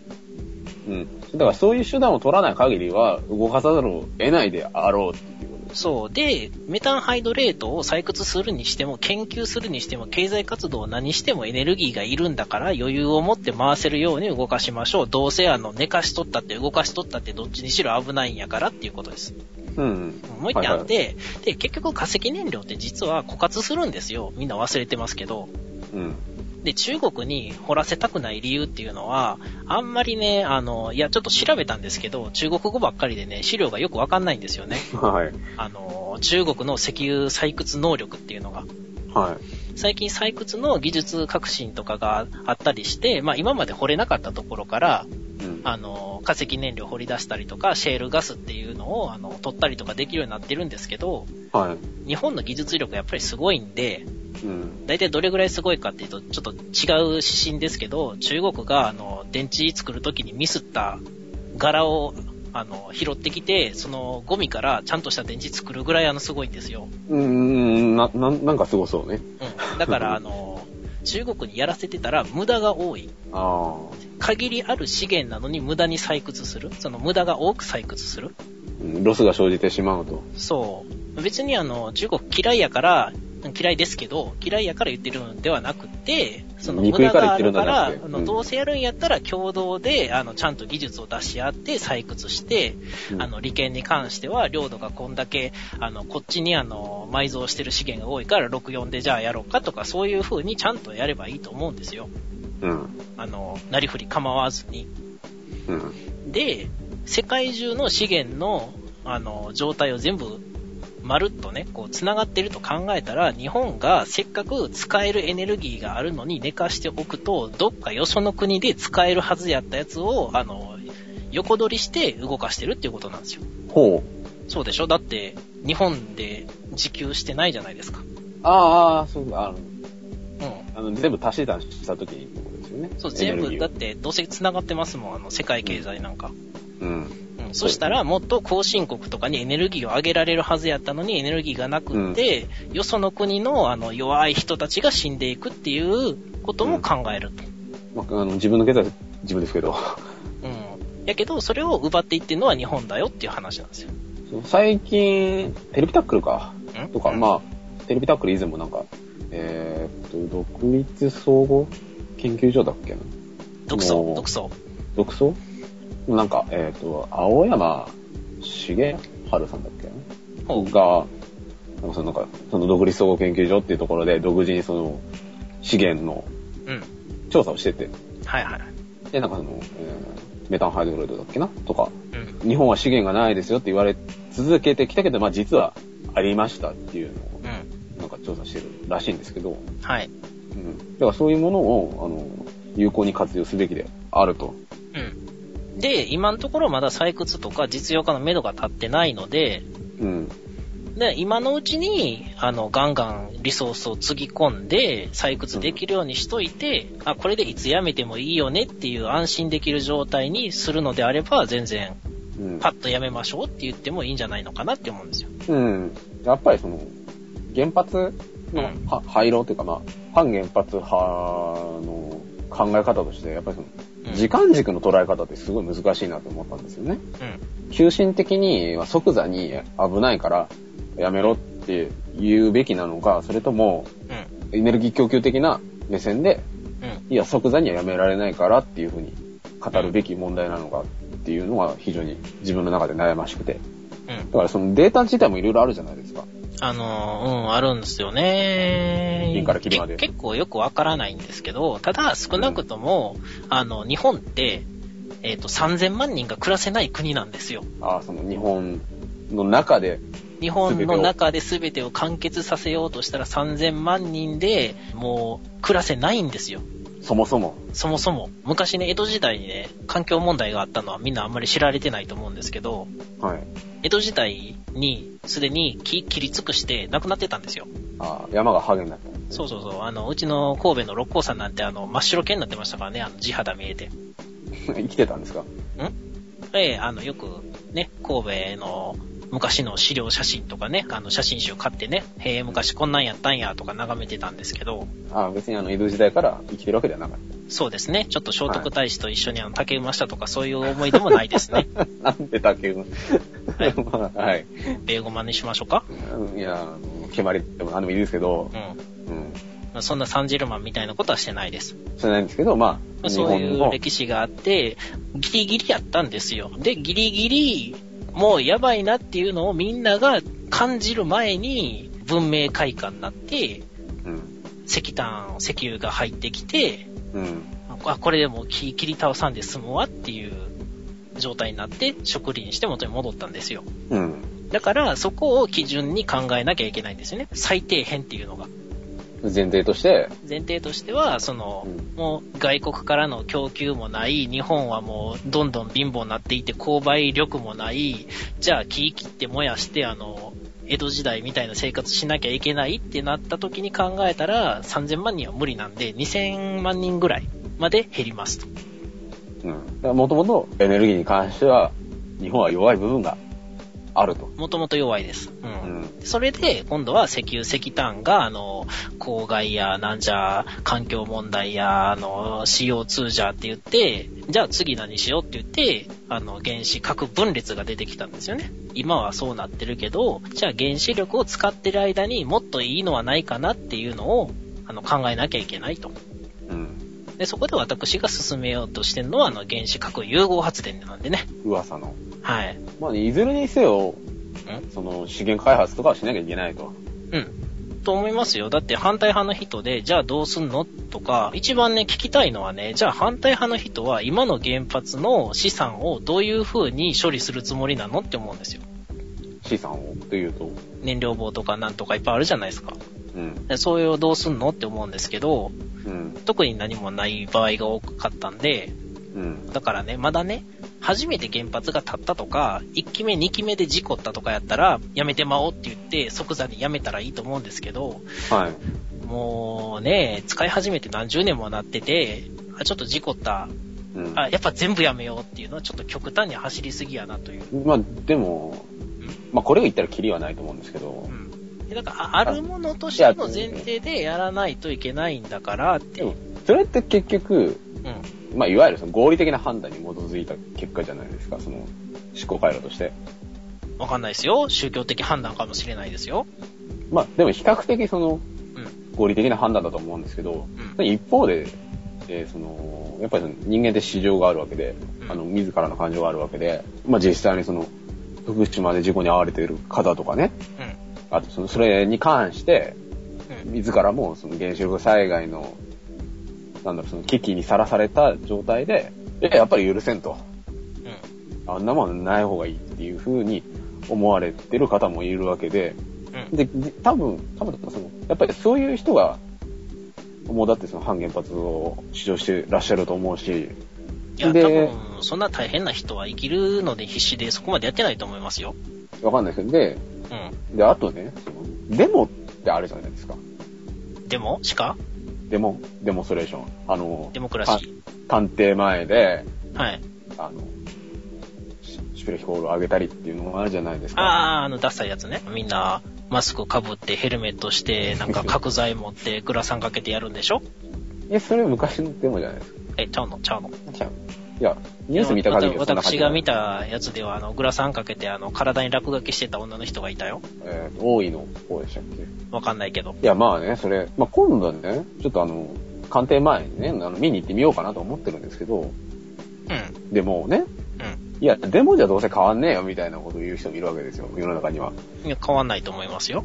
S3: うん。だからそういう手段を取らない限りは、動かさざるを得ないであろうっていうこと
S4: そう。で、メタンハイドレートを採掘するにしても、研究するにしても、経済活動を何してもエネルギーがいるんだから、余裕を持って回せるように動かしましょう。どうせあの、寝かしとったって動かしとったってどっちにしろ危ないんやからっていうことです。
S3: うん。
S4: もう一点あって、で、結局化石燃料って実は枯渇するんですよ。みんな忘れてますけど。
S3: うん。
S4: で、中国に掘らせたくない理由っていうのは、あんまりね、あの、いや、ちょっと調べたんですけど、中国語ばっかりでね、資料がよくわかんないんですよね。
S3: はい。
S4: あの、中国の石油採掘能力っていうのが、
S3: は
S4: 最近採掘の技術革新とかがあったりして、まあ今まで掘れなかったところから、
S3: い。うん。
S4: あの、化石燃料掘り出したりとか、シェールガスっていうのを、あの、取ったりとかできるようになってるんですけど、
S3: は
S4: 日本の技術力がやっぱりすごいんで、
S3: い。うん。
S4: 大体どれぐらいすごいかっていうと、ちょっと違う指針ですけど、中国が、あの、電池作るときにミスった柄を、あの、拾ってきて、そのゴミからちゃんとした電池作るぐらい、あの、すごいんですよ。
S3: うんうん、な、 なんなんかすごそうね。
S4: うん。だから、あの、中国にやらせてたら無駄が多い。
S3: あ
S4: 限りある資源なのに無駄に採掘する。その無駄が多く採掘する。
S3: あ。ロスが生じてしまうと。
S4: そう。別にあの、中国嫌いやから、嫌いですけど、嫌いやから言ってるのではなくて、その無
S3: 憎い
S4: 駄
S3: から
S4: が
S3: 言
S4: あ
S3: ってる
S4: る
S3: んだ
S4: か
S3: じゃ
S4: ら、
S3: な
S4: あ
S3: くてう
S4: の、
S3: ん
S4: どうせやるんやったら共同で、あの、ちゃんと技術を出し合って採掘して、
S3: うん
S4: あの、利権に関しては、領土がこんだけ、あの、こっちにあの、埋蔵してる資源が多いから、64でじゃあやろうかとか、そういう風にちゃんとやればいいと思うんですよ。
S3: うん。
S4: あの、なりふり構わずに。
S3: うん。
S4: で、世界中の資源の、あの、状態を全部まるっとね、こう、つながってると考えたら、日本がせっかく使えるエネルギーがあるのに寝かしておくと、どっかよその国で使えるはずやったやつを、あの、横取りして動かしてるっていうことなんですよ。
S3: ほ
S4: そうでしょだって、日本で自給してないじゃないですか。
S3: う。ああ、そうだ、あの、
S4: うん。
S3: あの全部足し算した時にってことですよね。
S4: そう、
S3: エネ
S4: 全
S3: ル
S4: 部、
S3: ギーを
S4: だって、どうせ繋がってますもん、あの、世界経済なんか。
S3: うん。
S4: うん、そしたら、もっと後進国とかにエネルギーを上げられるはずやったのに、エネルギーがなくって、よその国のあの弱い人たちが死んでいくっていうことも考えると。
S3: まあ、あの自分の経済は自分ですけど、
S4: うん。やけど、それを奪っていってるのは日本だよっていう話なんですよ。
S3: その最近、テレビタックルか。
S4: うん
S3: とか、
S4: うん
S3: まあ、テレビタックル以前もなんか、えーっと、独立総合研究所だっけな
S4: 独走
S3: も、う
S4: 独走。
S3: 独創なんか、えーっと、青山茂春さんだっけ
S4: ほう。
S3: が、なんかそのなんか、その独立総合研究所っていうところで独自にその、資源の
S4: うん。
S3: 調査をしてて、
S4: はいはい。
S3: で、なんかその、えーメタンハイドロイドだっけなとか、
S4: うん。
S3: 日本は資源がないですよって言われ続けてきたけど、まあ実はありましたっていうのを、
S4: うん。
S3: なんか調査してるらしいんですけど、
S4: はい。
S3: うん。だからそういうものを、あの、有効に活用すべきであると。
S4: うん。で、今のところまだ採掘とか実用化の目処が立ってないので、
S3: うん。
S4: で、今のうちに、あの、ガンガンリソースをつぎ込んで、採掘できるようにしといて、あ、これでいつやめてもいいよねっていう安心できる状態にするのであれば、全然、
S3: うん
S4: パ。ッとやめましょうって言ってもいいんじゃないのかなって思うんですよ。
S3: うん。やっぱりその、原発の
S4: うん
S3: は廃炉というか、まあ、反原発派の考え方として、やっぱりそ
S4: うん
S3: の、時間軸の捉え方ってすごい難しいなと思ったんですよね。
S4: うん。
S3: 急進的にまあ即座に危ないからやめろって言うべきなのか、それとも
S4: うん。
S3: エネルギー供給的な目線で、
S4: うん。
S3: いや、即座にはやめられないからっていうふうに語るべき問題なのかっていうのが非常に自分の中で悩ましくて。
S4: うん。
S3: だからそのデータ自体もいろいろあるじゃないですか。
S4: あの、うん、あるんですよね。
S3: 銀から金まで
S4: け結構よくわからないんですけど、ただ少なくとも、あの、日本って、えっ、と、3000万人が暮らせない国なんですよ。
S3: ああ、その日本の中で、
S4: 日本の中で全てを完結させようとしたら3000万人でもう暮らせないんですよ。
S3: そもそも。
S4: そもそも。昔ね、江戸時代にね、環境問題があったのはみんなあんまり知られてないと思うんですけど、
S3: はい。
S4: 江戸時代にすでに木切り尽くして亡くなってたんですよ。
S3: ああ、山がハゲになったん ですね。
S4: そうそうそう。あの、うちの神戸の六甲山なんてあの、真っ白系になってましたからね、あの、地肌見えて。
S3: 生きてたんですか
S4: ええあの、よくね、神戸の昔の資料写真とかね、あの、写真集買ってね、へえ、昔こんなんやったんやとか眺めてたんですけど、
S3: ああ、別にあの江戸時代から生きてるわけではなかっ
S4: そうですね。ちょっと聖徳太子と一緒にあの竹馬したとかそういう思い出もないで すね。
S3: た。なんでだけど。
S4: い
S3: まあはい。
S4: ベーゴマにしましょうか。
S3: うんいや、あの蹴まりでも何でもいいですけど
S4: う、ん。
S3: うん。
S4: まあそんなサンジェルマンみたいなことはしてないです。
S3: じゃないんですけど、まあ、
S4: まあ
S3: 日
S4: そう
S3: 本
S4: いう
S3: の、
S4: 歴史があって、ギリギリやったんですよ。で、ギリギリ、もうやばいなっていうのをみんなが感じる前に文明開化になって、
S3: うん。
S4: 石炭、石油が入ってきて、
S3: うん。
S4: あ、これでもう切り倒さんで済むわっていう状態になって、植林して元に戻ったんですよ。
S3: うん。
S4: だから、そこを基準に考えなきゃいけないんですよね。最低限っていうのが。
S3: 前提として、
S4: 前提としては、その
S3: う、
S4: もう外国からの供給もない、日本はもうどんどん貧乏になっていて、購買力もない、じゃあ木切って燃やして、あの、江戸時代みたいな生活しなきゃいけないってなった時に考えたら、3000万人は無理なんで、2000万人ぐらいまで減りますと。
S3: うん。もともとエネルギーに関しては、日本は弱い部分があると。
S4: もともと弱いです。
S3: う
S4: う。
S3: んん。
S4: それで、今度は石油、石炭が、あの、公害や、なんじゃ、環境問題や、あの、CO2 じゃって言って、じゃあ次何しようって言って、あの、原子核分裂が出てきたんですよね。今はそうなってるけど、じゃあ原子力を使ってる間にもっといいのはないかなっていうのを、あの、考えなきゃいけないと。
S3: うん。
S4: で、そこで私が進めようとしてるのは、あの、原子核融合発電なんでね。
S3: 噂の。
S4: はい。
S3: まあ、いずれにせよ、
S4: ん
S3: その資源開発とかはしなきゃいけないと。
S4: うん。と思いますよ。だって反対派の人で、じゃあどうすんのとか、一番ね、聞きたいのはね、じゃあ反対派の人は今の原発の資産をどういう風に処理するつもりなのって思うんですよ。
S3: 資産をというと、
S4: 燃料棒とかなんとかいっぱいあるじゃないですか。
S3: うん、
S4: でそれをどうすんのって思うんですけど、
S3: うん、
S4: 特に何もない場合が多かったんで、
S3: うん、
S4: だからね、まだね、初めて原発が立ったとか、1期目、2期目で事故ったとかやったら、やめてまおうって言って、即座にやめたらいいと思うんですけど、
S3: はい、
S4: もうね、使い始めて何十年もなってて、あちょっと事故った、
S3: うん。
S4: あ、やっぱ全部やめようっていうのはちょっと極端に走りすぎやなという。
S3: まあ、でも、まあ、これを言ったらキリはないと思うんですけど
S4: う、ん。でなんか、ああるものとしての前提でやらないといけないんだからって。
S3: で
S4: う
S3: も、それって結局、
S4: ん。
S3: まあ、いわゆるその合理的な判断に基づいた結果じゃないですか、その、思考回路として。
S4: わかんないですよ。宗教的判断かもしれないですよ。
S3: まあ、でも比較的その、
S4: うん。
S3: 合理的な判断だと思うんですけど、
S4: うん
S3: 一方で、えーその、やっぱりその人間って市場があるわけで、
S4: うん
S3: あの、自らの感情があるわけで、まあ、実際にその、福島で事故に遭われている方とかね、あとその、それに関して、
S4: うん。うん。
S3: 自らもその原子力災害の、なんだろう、その危機にさらされた状態で、いや、やっぱり許せんと。
S4: うん。
S3: あんなもんない方がいいっていう風に思われてる方もいるわけで、
S4: うん。
S3: で、で多分、多分その、やっぱりそういう人が、もうだってその反原発を主張してらっしゃると思うし、
S4: いや、多
S3: で
S4: 分、そんな大変な人は生きるので必死でそこまでやってないと思いますよ。
S3: わかんないですけど、で、
S4: う
S3: で、あとね、そのデモってあるじゃないですか。
S4: ん。でも、しか
S3: デモ、デモストレーション。あの
S4: デ、モクラシー。
S3: 官邸前で、
S4: はい。
S3: あの、シシュプレヒコールを上げたりっていうのもあるじゃないですか。
S4: あー、あの、ダサいやつね。みんな、マスクかぶって、ヘルメットして、なんか角材持って、グラサンかけてやるんでしょ
S3: え、それ昔のデモじゃないですか。
S4: え、ちゃうのちゃうの
S3: ちゃういや、ニュース見た限りはそんな感じ
S4: 私が見たやつでは、あの、グラサンかけて、あの、体に落書きしてた女の人がいたよ。
S3: えー、多いの方でしたっけい
S4: わかんないけど。
S3: や、まあね、それ、まあ今度ね、ちょっとあの、鑑定前にね、あの見に行ってみようかなと思ってるんですけど、
S4: うん。
S3: でもね、
S4: う
S3: いや、デモじゃどうせ変わんねえよみたいなことを言う人もいるわけですよ、世の中には。
S4: ん。いや、変わんないと思いますよ。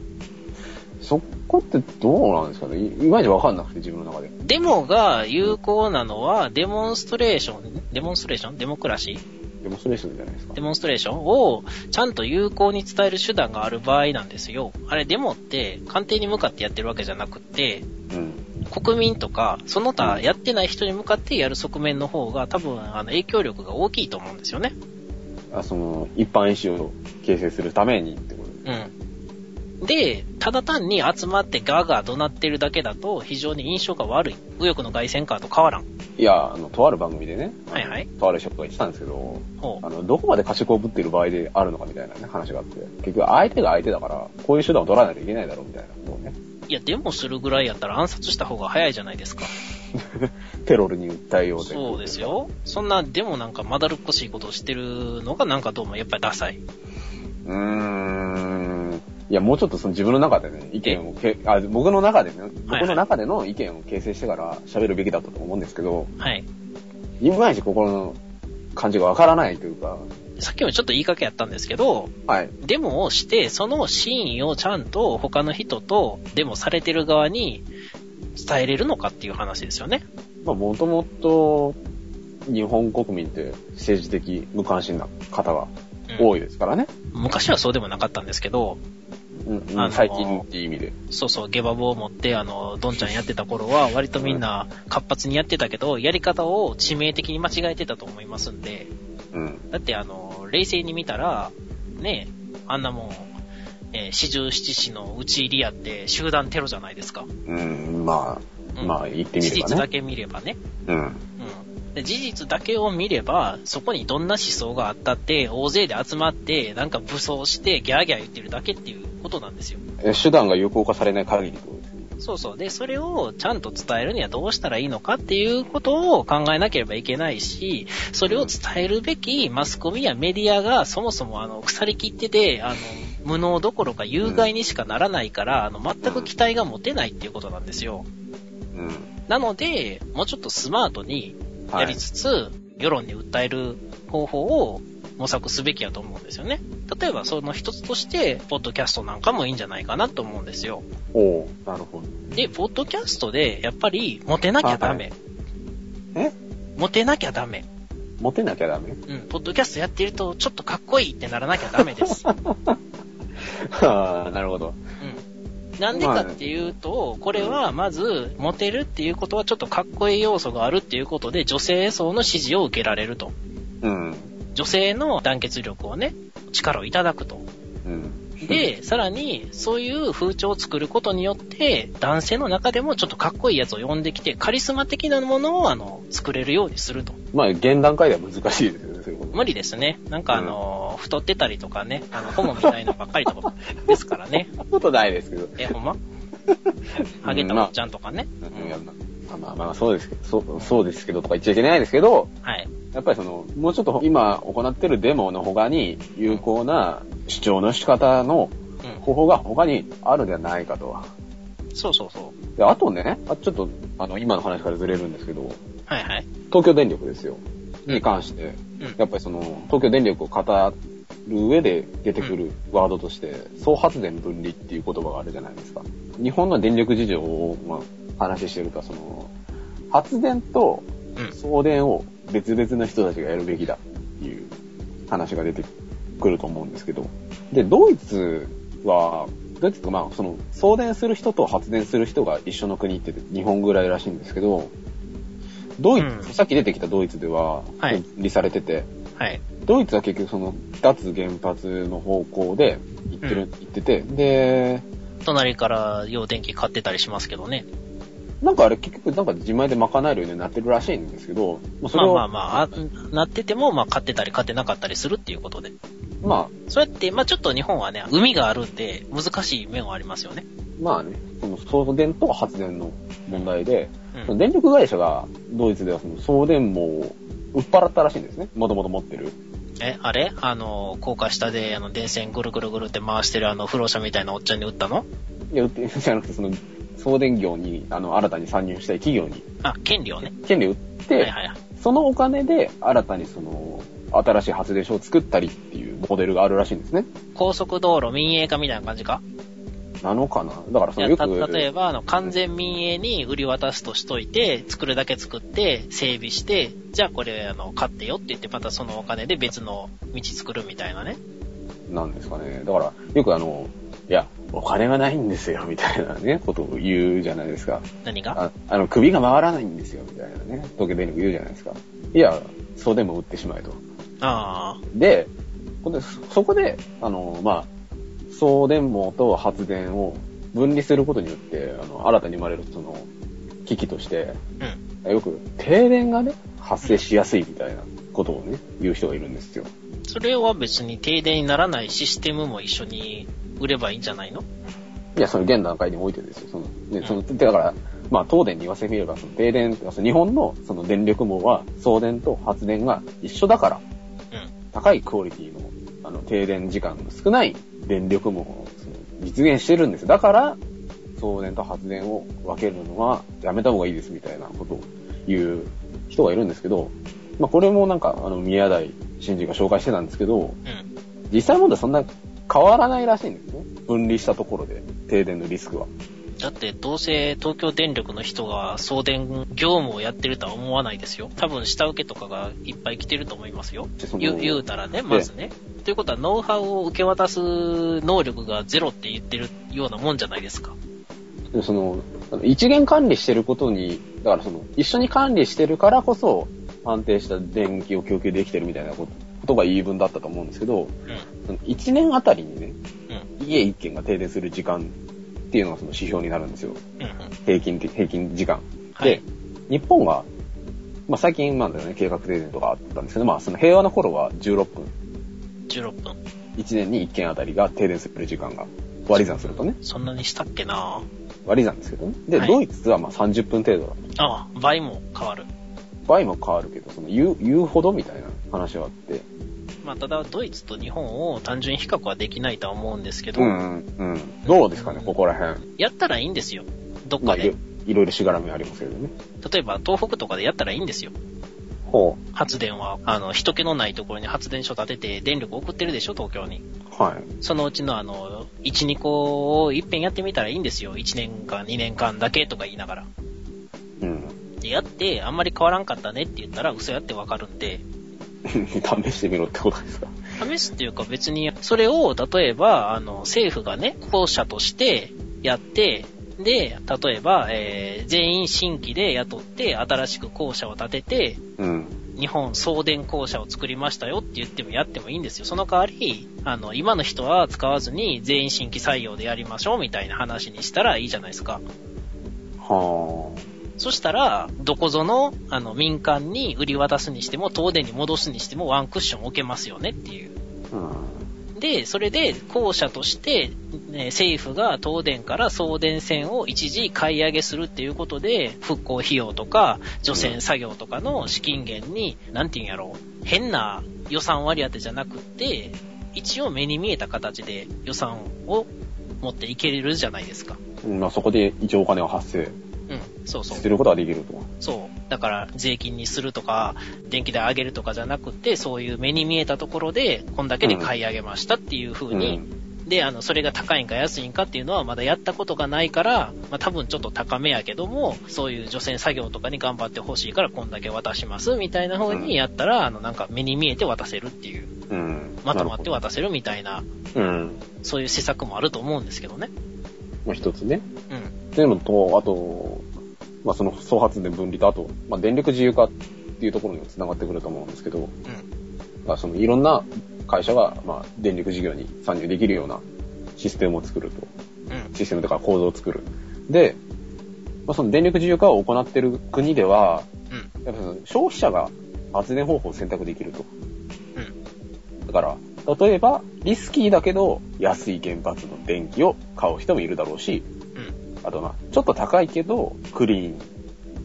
S3: そこってどうなんですかねいいまいちわかんなくて、自分の中で。
S4: デモが有効なのは、デモンストレーション、デモンストレーションデモクラシー
S3: デモストレーションじゃないですか
S4: デ。モンストレーションをちゃんと有効に伝える手段がある場合なんですよ。あれ、デモって官邸に向かってやってるわけじゃなくって、
S3: うん。
S4: 国民とか、その他やってない人に向かってやる側面の方が多分、あの、影響力が大きいと思うんですよね。
S3: あ、その、一般意思を形成するためにってこと
S4: うん。で、ただ単に集まってガーガー怒鳴ってるだけだと非常に印象が悪い。右翼の外旋カーと変わらん。
S3: いや、あの、とある番組でね、あの
S4: はいはい
S3: とある人が言ってたんですけど、
S4: ほう
S3: あの、どこまで過食をぶっている場合であるのかみたいなね、話があって、結局相手が相手だから、こういう手段を取らないといけないだろうみたいなことをね、
S4: いや、デモするぐらいやったら暗殺した方が早いじゃないですか。
S3: テロルに訴えようとい
S4: そうです。よ。そんな、デモなんかまだるっこしいことをしてるのがなんかどうもやっぱりダサい。
S3: うーん。いや、もうちょっとその自分の中でね、意見をけ、あ、僕の中でね、僕の中での意見を形成してから喋るべきだったと思うんですけど、
S4: はい。
S3: いまいち心の感じがわからないというか、
S4: さっきもちょっと言いかけやったんですけど、
S3: はい。
S4: デモをして、その真意をちゃんと他の人とデモされてる側に伝えれるのかっていう話ですよね。
S3: まあ、もともと、日本国民って政治的無関心な方が多いですからね。
S4: 昔はそうでもなかったんですけど、
S3: うん、うん
S4: あのー
S3: 最近っていう意味で。
S4: そうそう、ゲバ棒を持って、あの、ドンちゃんやってた頃は、割とみんな活発にやってたけど、やり方を致命的に間違えてたと思いますんで、
S3: うん。
S4: だってあの、冷静に見たら、ねえ、あんなもん、えー四十七士の打ち入りやって集団テロじゃないですか。
S3: うん、まあ、
S4: うん
S3: まあ、言ってみ
S4: 事
S3: ればね。
S4: 実だけ見ればね。
S3: うん。
S4: うんで事実だけを見れば、そこにどんな思想があったって、大勢で集まって、なんか武装して、ギャーギャー言ってるだけっていうことなんですよ。
S3: え手段が有効化されない限りってことですね。
S4: そうそう。で、それをちゃんと伝えるにはどうしたらいいのかっていうことを考えなければいけないし、それを伝えるべきマスコミやメディアがそもそもあの、腐りきってて、あの、無能どころか有害にしかならないから、あの、全く期待が持てないっていうことなんですよ。
S3: うん。
S4: なので、もうちょっとスマートに
S3: はい
S4: やりつつ、世論に訴える方法を模索すべきやと思うんですよね。例えばその一つとして、ポッドキャストなんかもいいんじゃないかなと思うんですよ。
S3: おうなるほど。
S4: で、ポッドキャストで、やっぱり、モテなきゃダメ。
S3: え
S4: モテなきゃダメ。
S3: モテなきゃダメ
S4: うん、ポッドキャストやってると、ちょっとかっこいいってならなきゃダメで す。
S3: ああ、なるほど。
S4: うんなんでかっていうと、これはまず、モテるっていうことはちょっとかっこいい要素があるっていうことで、女性層の支持を受けられると。
S3: うん。
S4: 女性の団結力をね、力をいただくと。
S3: うん。
S4: で、さらに、そういう風潮を作ることによって、男性の中でもちょっとかっこいいやつを呼んできて、カリスマ的なものを、あの、作れるようにすると。
S3: まあ、現段階では難しいですよね、そういうこと。
S4: 無理ですね。なんかあの、太ってたりとかね、あの、ホモみたいなばっかりとか、ですから ね。
S3: そんなことないですけど。
S4: え、 ほんまハゲたおっちゃんとかね。
S3: いやまあまあまあ、そうですけど、そうそうですけどとか言っちゃいけないですけど、
S4: はい。
S3: やっぱりその、もうちょっと今行ってるデモの他に、有効な主張の仕方の
S4: う
S3: 方法が他にあるんじゃないかとは。
S4: ん。そうそうそう。
S3: で、あとね、あちょっと、あの、今の話からずれるんですけど、
S4: はいはい。
S3: 東京電力ですよ。に関して、
S4: うん
S3: やっぱりその、東京電力を語る上で出てくるワードとして、総発電分離っていう言葉があるじゃないですか。日本の電力事情を、まあ、話してるか、その、発電と
S4: うん。
S3: 送電を別々の人たちがやるべきだっていう話が出てくると思うんですけど。で、ドイツは、ドイツってまあ、その、送電する人と発電する人が一緒の国って日本ぐらいらしいんですけど、ドイツ、
S4: うん
S3: さっき出てきたドイツでは、
S4: はい
S3: 分離されてて、
S4: はい。
S3: ドイツは結局その、脱原発の方向で行ってる、
S4: うん
S3: 行ってて、で、
S4: 隣から用電気買ってたりしますけどね。
S3: なんかあれ結局なんか自前で賄えるようになってるらしいんですけど、まあそ
S4: ま
S3: れ
S4: あ
S3: を、
S4: まあまあ、あなってても、まあ買ってたり買ってなかったりするっていうことで。
S3: まあ、
S4: そうやって、まあちょっと日本はね、海があるんで、難しい面はありますよね。
S3: まあね、その送電と発電の問題で、
S4: う
S3: その
S4: ん。
S3: 電力会社がドイツではその送電網を売っ払ったらしいんですね。もともと持ってる。
S4: え、あれあの、高架下で、あの、電線ぐるぐるぐるって回してるあの、不老者みたいなおっちゃんに打ったの
S3: いや、売って じゃなくて、その送電業に、あの、新たに参入したい企業に
S4: あ、権利をね。
S3: 権利を売って、
S4: はいはいはい。
S3: そのお金で新たにその、新しい発電所を作ったりっていうモデルがあるらしいんですね。
S4: 高速道路民営化みたいな感じか
S3: なのかなだから
S4: い
S3: その
S4: や
S3: よ
S4: た
S3: く、
S4: 例えば、あの、完全民営に売り渡すとしといて、作るだけ作って、整備して、じゃあこれ、あの、買ってよって言って、またそのお金で別の道作るみたいなね。
S3: なんですかね。だから、よくあの、いや、お金がないんですよ、みたいなね、ことを言うじゃないですか。
S4: 何が
S3: ああの、首が回らないんですよ、みたいなね、東京電力言うじゃないですか。いや、そうでも打ってしまえと。
S4: ああ、
S3: で、ほんでそそこで、あの、まあ、送電網と発電を分離することによって、あの、新たに生まれるその、危機として、
S4: うん。
S3: よく停電がね、発生しやすいみたいなことをね、言う人がいるんですよ。
S4: それは別に停電にならないシステムも一緒に売ればいいんじゃないの
S3: いや、その現段階においてですよ。その、ね、その、でだから、まあ、東電に言わせてみれば、その停電、その日本のその電力網は送電と発電が一緒だから、
S4: うん。
S3: 高いクオリティの、あの、停電時間が少ない電力網をその実現してるんです。だから、送電と発電を分けるのはやめた方がいいですみたいなことを言う人がいるんですけど、まあ、これもなんか、あの、宮台真司が紹介してたんですけど、
S4: うん。
S3: 実際問題そんな変わらないらしいんですね。分離したところで、停電のリスクは。
S4: だって、どうせ東京電力の人が送電業務をやってるとは思わないですよ。多分、下請けとかがいっぱい来てると思いますよ。
S3: でその
S4: 言う言うたらね、まずね。ということは、ノウハウを受け渡す能力がゼロって言ってるようなもんじゃないですか。
S3: でその、あの一元管理してることに、だからその、一緒に管理してるからこそ、安定した電気を供給できてるみたいなことことが言い分だったと思うんですけど、
S4: うん。
S3: その1年あたりにね、
S4: うん。
S3: 家1軒が停電する時間っていうのがその指標になるんですよ。
S4: うん。うん。
S3: 平均的、平均時間。
S4: はい
S3: で。、日本は、まあ、最近までね、計画停電とかあったんですけど、まあ、その平和の頃は16分。
S4: 16分。
S3: 1年に1件あたりが停電する時間が割り算するとね、
S4: そんなにしたっけな
S3: 割り算ですけどね。で、
S4: はい
S3: ドイツはまあ30分程度だ。
S4: ああ、倍も変わる。
S3: 倍も変わるけど、その言う、言うほどみたいな話はあって。
S4: まあ、ただ、ドイツと日本を単純比較はできないとは思うんですけど、
S3: うん、うん、うん。どうですかね、ここら辺。
S4: やったらいいんですよ。どっ
S3: まあ、
S4: か
S3: いろ
S4: で。
S3: いろいろしがらみありますけどね。
S4: 例えば、東北とかでやったらいいんですよ。
S3: ほ
S4: 発電は、あの、人気のないところに発電所建てて電力送ってるでしょ、東京に。
S3: う。はい。
S4: そのうちのあの、1、2個を一遍やってみたらいいんですよ。1年間、2年間だけとか言いながら。
S3: うん。
S4: で、やって、あんまり変わらんかったねって言ったら嘘やってわかるんで、
S3: 試してみろってことですか。
S4: 試すっていうか別に、それを例えば、あの、政府がね、候補者としてやって、で、例えば、えー全員新規で雇って、新しく校舎を建てて、
S3: うん。
S4: 日本送電校舎を作りましたよって言ってもやってもいいんですよ。その代わり、あの、今の人は使わずに全員新規採用でやりましょうみたいな話にしたらいいじゃないですか。
S3: は
S4: そしたら、どこぞの、あの、民間に売り渡すにしても、東電に戻すにしてもワンクッション置けますよねっていう。
S3: あ。うん。
S4: で、それで、後者として、ね政府が東電から送電線を一時買い上げするっていうことで、復興費用とか、除染作業とかの資金源に、なんていうんやろう、変な予算割り当てじゃなくって、一応目に見えた形で予算を持っていけるじゃないですか。
S3: うんまあそこで一応お金を発生
S4: うん、そうそう
S3: す。ることができると。
S4: そう。だから、税金にするとか、電気代上げるとかじゃなくて、そういう目に見えたところで、こんだけで買い上げましたっていう風に、で、あの、それが高いんか安いんかっていうのはまだやったことがないから、まあ多分ちょっと高めやけども、そういう除染作業とかに頑張ってほしいからこんだけ渡しますみたいな風にやったら、あの、なんか目に見えて渡せるっていう、
S3: うん。
S4: まとまって
S3: は。
S4: 渡せるみたいな、
S3: うん。
S4: そういう施策もあると思うんですけどね。
S3: まあ一つね。
S4: うん。
S3: でもと、あと、まあその総発電分離と、あと、まあ電力自由化っていうところにも繋がってくると思うんですけど、
S4: うん。
S3: まあそのいろんな会社が、まあ電力事業に参入できるようなシステムを作ると。
S4: うん。
S3: システムとか構造を作る。で、まあ、その電力自由化を行ってる国では、
S4: うん。
S3: やっぱその消費者が発電方法を選択できると。
S4: うん。
S3: だから、例えば、リスキーだけど安い原発の電気を買う人もいるだろうし、
S4: うん。
S3: あとまあ、ちょっと高いけど、クリーン。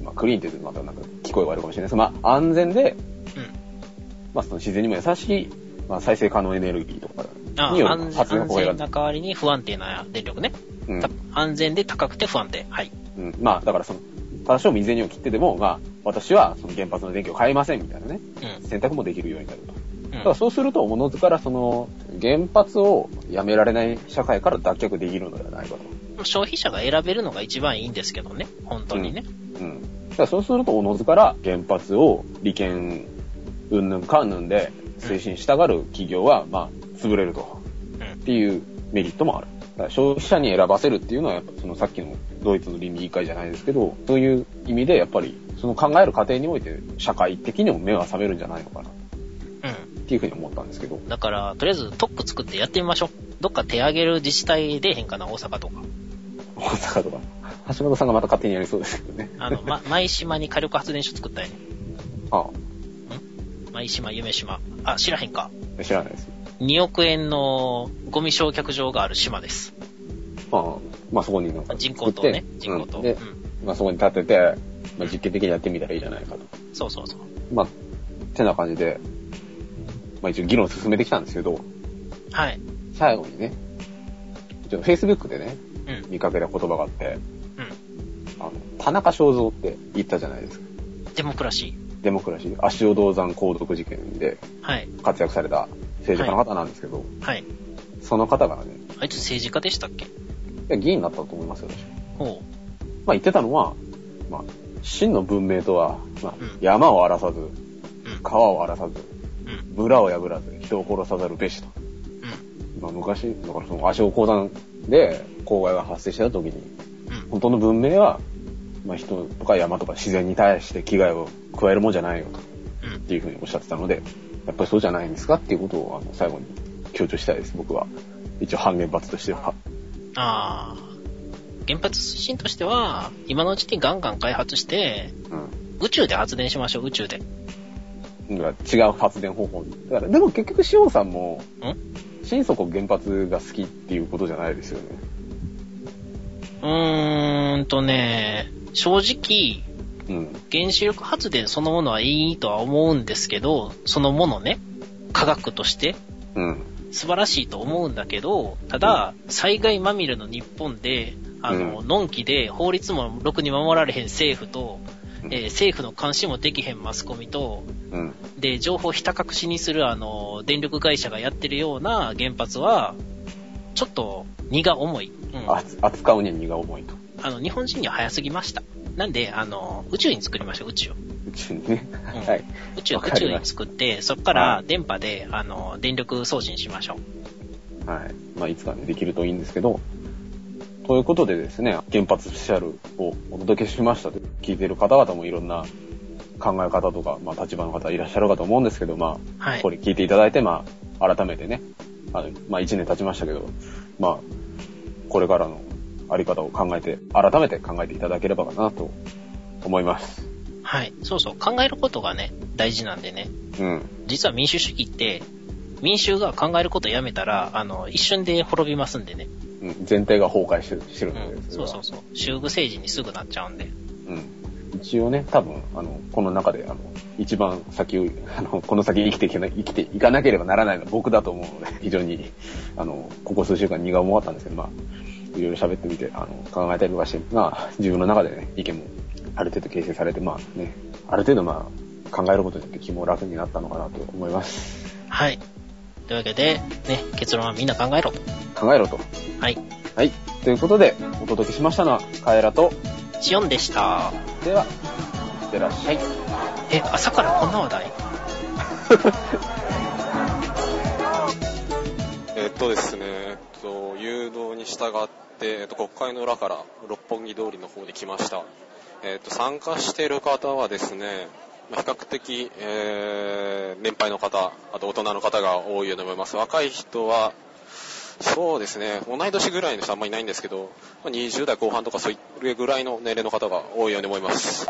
S3: まあ、クリーンって言うとまたなんか聞こえが悪いかもしれないですけど、まあ、安全で、まあ、その自然にも優しい、まあ、再生可能エネルギーとか
S4: うん。あ
S3: によ
S4: 安
S3: る発電
S4: 安
S3: 方法を選
S4: 全
S3: んで
S4: な代わりに不安定な電力ね。
S3: うん
S4: た安全で高くて不安定。はい。
S3: うん、まあ、だからその、多少未然にを切ってでも、まあ、私はその原発の電気を変えませんみたいなね、
S4: う
S3: 選択もできるようになると。だ
S4: ん。う
S3: か
S4: ん
S3: ら。そうすると、おのずからその、原発をやめられない社会から脱却できるのではないかと。
S4: 消費者が選べるのが一番いいんですけどね。本当にね。
S3: うん。だからそうすると、おのずから原発を利権、うんぬんかんぬんで推進したがる企業は、まあ、潰れると。
S4: うん
S3: っていうメリットもある。だから消費者に選ばせるっていうのは、やっぱそのさっきのドイツの倫理議会じゃないですけど、そういう意味でやっぱり、その考える過程において、社会的にも目が覚めるんじゃないのかなっ
S4: うん。
S3: ていうふうに思ったんですけど。
S4: だから、とりあえず特区作ってやってみましょう。どっか手上げる自治体でへんかな、大阪とか。
S3: 大阪とか。橋本さんがまた勝手にやりそうですけどね。
S4: あの、ま、舞島に火力発電所作ったよね。
S3: あ
S4: 舞島、夢島。あ、知らへんか。
S3: あ、知らないです。
S4: 2億円のゴミ焼却場がある島です。
S3: ああ、まあそこになんか
S4: 人
S3: 作
S4: 工
S3: っ
S4: 島
S3: て。
S4: ね。人工
S3: う
S4: 島。うんん
S3: で、。まあそこに建てて、まあ実験的にやってみたらいいじゃないかと。
S4: そうそうそう。
S3: まあ、てな感じで、まあ一応議論を進めてきたんですけど、
S4: はい。
S3: 最後にね、ちょっと Facebook でね、
S4: うん。うん。
S3: 見かけた言葉があって、あの、田中正造って言ったじゃないですか。
S4: デモクラシ
S3: デモクラシー、足尾銅山鉱毒事件で
S4: ー。はい。
S3: 活躍された政治家の方なんですけど、
S4: はい。
S3: その方がね、
S4: あいつ政治家でしたっけ
S3: いや議員になったと思いますよ、私
S4: ほ
S3: まあ言ってたのは、まあ、真の文明とは、まあ
S4: うん、
S3: 山を荒らさず、
S4: う。うん。
S3: 川を荒らさず、
S4: うん。
S3: 村を破らず、人を殺さざるべしと。
S4: うん。
S3: まあ昔、だからその足尾鉱山で公害が発生した時に、
S4: うん。
S3: 本当の文明は、まあ、人とか山とか自然に対して危害を加えるもんじゃないよと
S4: うん
S3: っていうふうにおっしゃってたので、やっぱりそうじゃないんですかっていうことをあの最後に強調したいです、僕は。一応半原発としては。
S4: あー原発推進としては、今のうちにガンガン開発して、
S3: うん。
S4: 宇宙で発電しましょう、宇宙で。
S3: だから違う発電方法に。だから、でも結局、シオンさんも、
S4: ん
S3: 心底原発が好きっていうことじゃないですよね。
S4: うーんとね、正直、
S3: うん。
S4: 原子力発電そのものはいいとは思うんですけど、そのものね、科学として
S3: うん。
S4: 素晴らしいと思うんだけど、ただ、災害まみれの日本で、あの、
S3: う
S4: のんきで法律もろくに守られへん政府と、
S3: うん
S4: えー政府の監視もできへんマスコミと、
S3: うん。
S4: で、情報をひた隠しにするあの、電力会社がやってるような原発は、ちょっと荷が重い。うん。
S3: あつ扱うには荷が重いと。
S4: あの、日本人には早すぎました。なんで、あの、宇宙に作りましょう、宇宙を。
S3: 宇宙にね
S4: う。ん
S3: はい。
S4: 宇宙、
S3: わ
S4: 宇
S3: かり
S4: 宙
S3: ま
S4: に
S3: し
S4: 作って、そこから電波で、あの、電力送信しましょう。
S3: はい。まあ、いつかね、できるといいんですけど。ということでですね、原発スペシャルをお届けしましたと聞いてる方々もいろんな考え方とか、まあ、立場の方いらっしゃるかと思うんですけど、ま
S4: は
S3: あ、
S4: い
S3: こ。れ聞いていただいて、まあ、改めてね、あの、まあ、1年経ちましたけど、まあ、これからのあり方を考えて、改めて考えていただければかなと思います。
S4: はい。そうそう。考えることがね、大事なんでね。
S3: うん。
S4: 実は民主主義って、民衆が考えることをやめたら、あの、一瞬で滅びますんでね。
S3: うん前提が崩壊してしてる
S4: うん
S3: で、
S4: ん。
S3: れ
S4: そ
S3: は
S4: うそうそう。修具政治にすぐなっちゃうんで。
S3: うん一応ね、多分、あの、この中で、あの、一番先を、 あの、この先生きていけない、生きていかなければならないのは僕だと思うので、非常に、あの、ここ数週間荷が重かったんですけど、まあ、いろいろ喋ってみて、あの、考えたりとかして、まあ、自分の中でね、意見も、ある程度形成されて、まあね、ある程度まあ、考えることによって気も楽になったのかなと思います。
S4: はい。というわけで、ね、結論はみんな考えろと。
S3: 考えろと。
S4: はい。
S3: はい。ということで、お届けしましたのは、カエラと、
S4: シオンでした。
S3: では、いってらっしゃい。
S4: え、朝からこんな話題
S1: えっとですね、えっと、誘導に従って、えっと、国会の裏から六本木通りの方に来ました。えっと、参加している方はですね、まあ比較的、えー、年配の方、あと大人の方が多いように思います。若い人は、そうですね、同い年ぐらいの人あんまりいないんですけど、まあ20代後半とかそういうぐらいの年齢の方が多いように思います。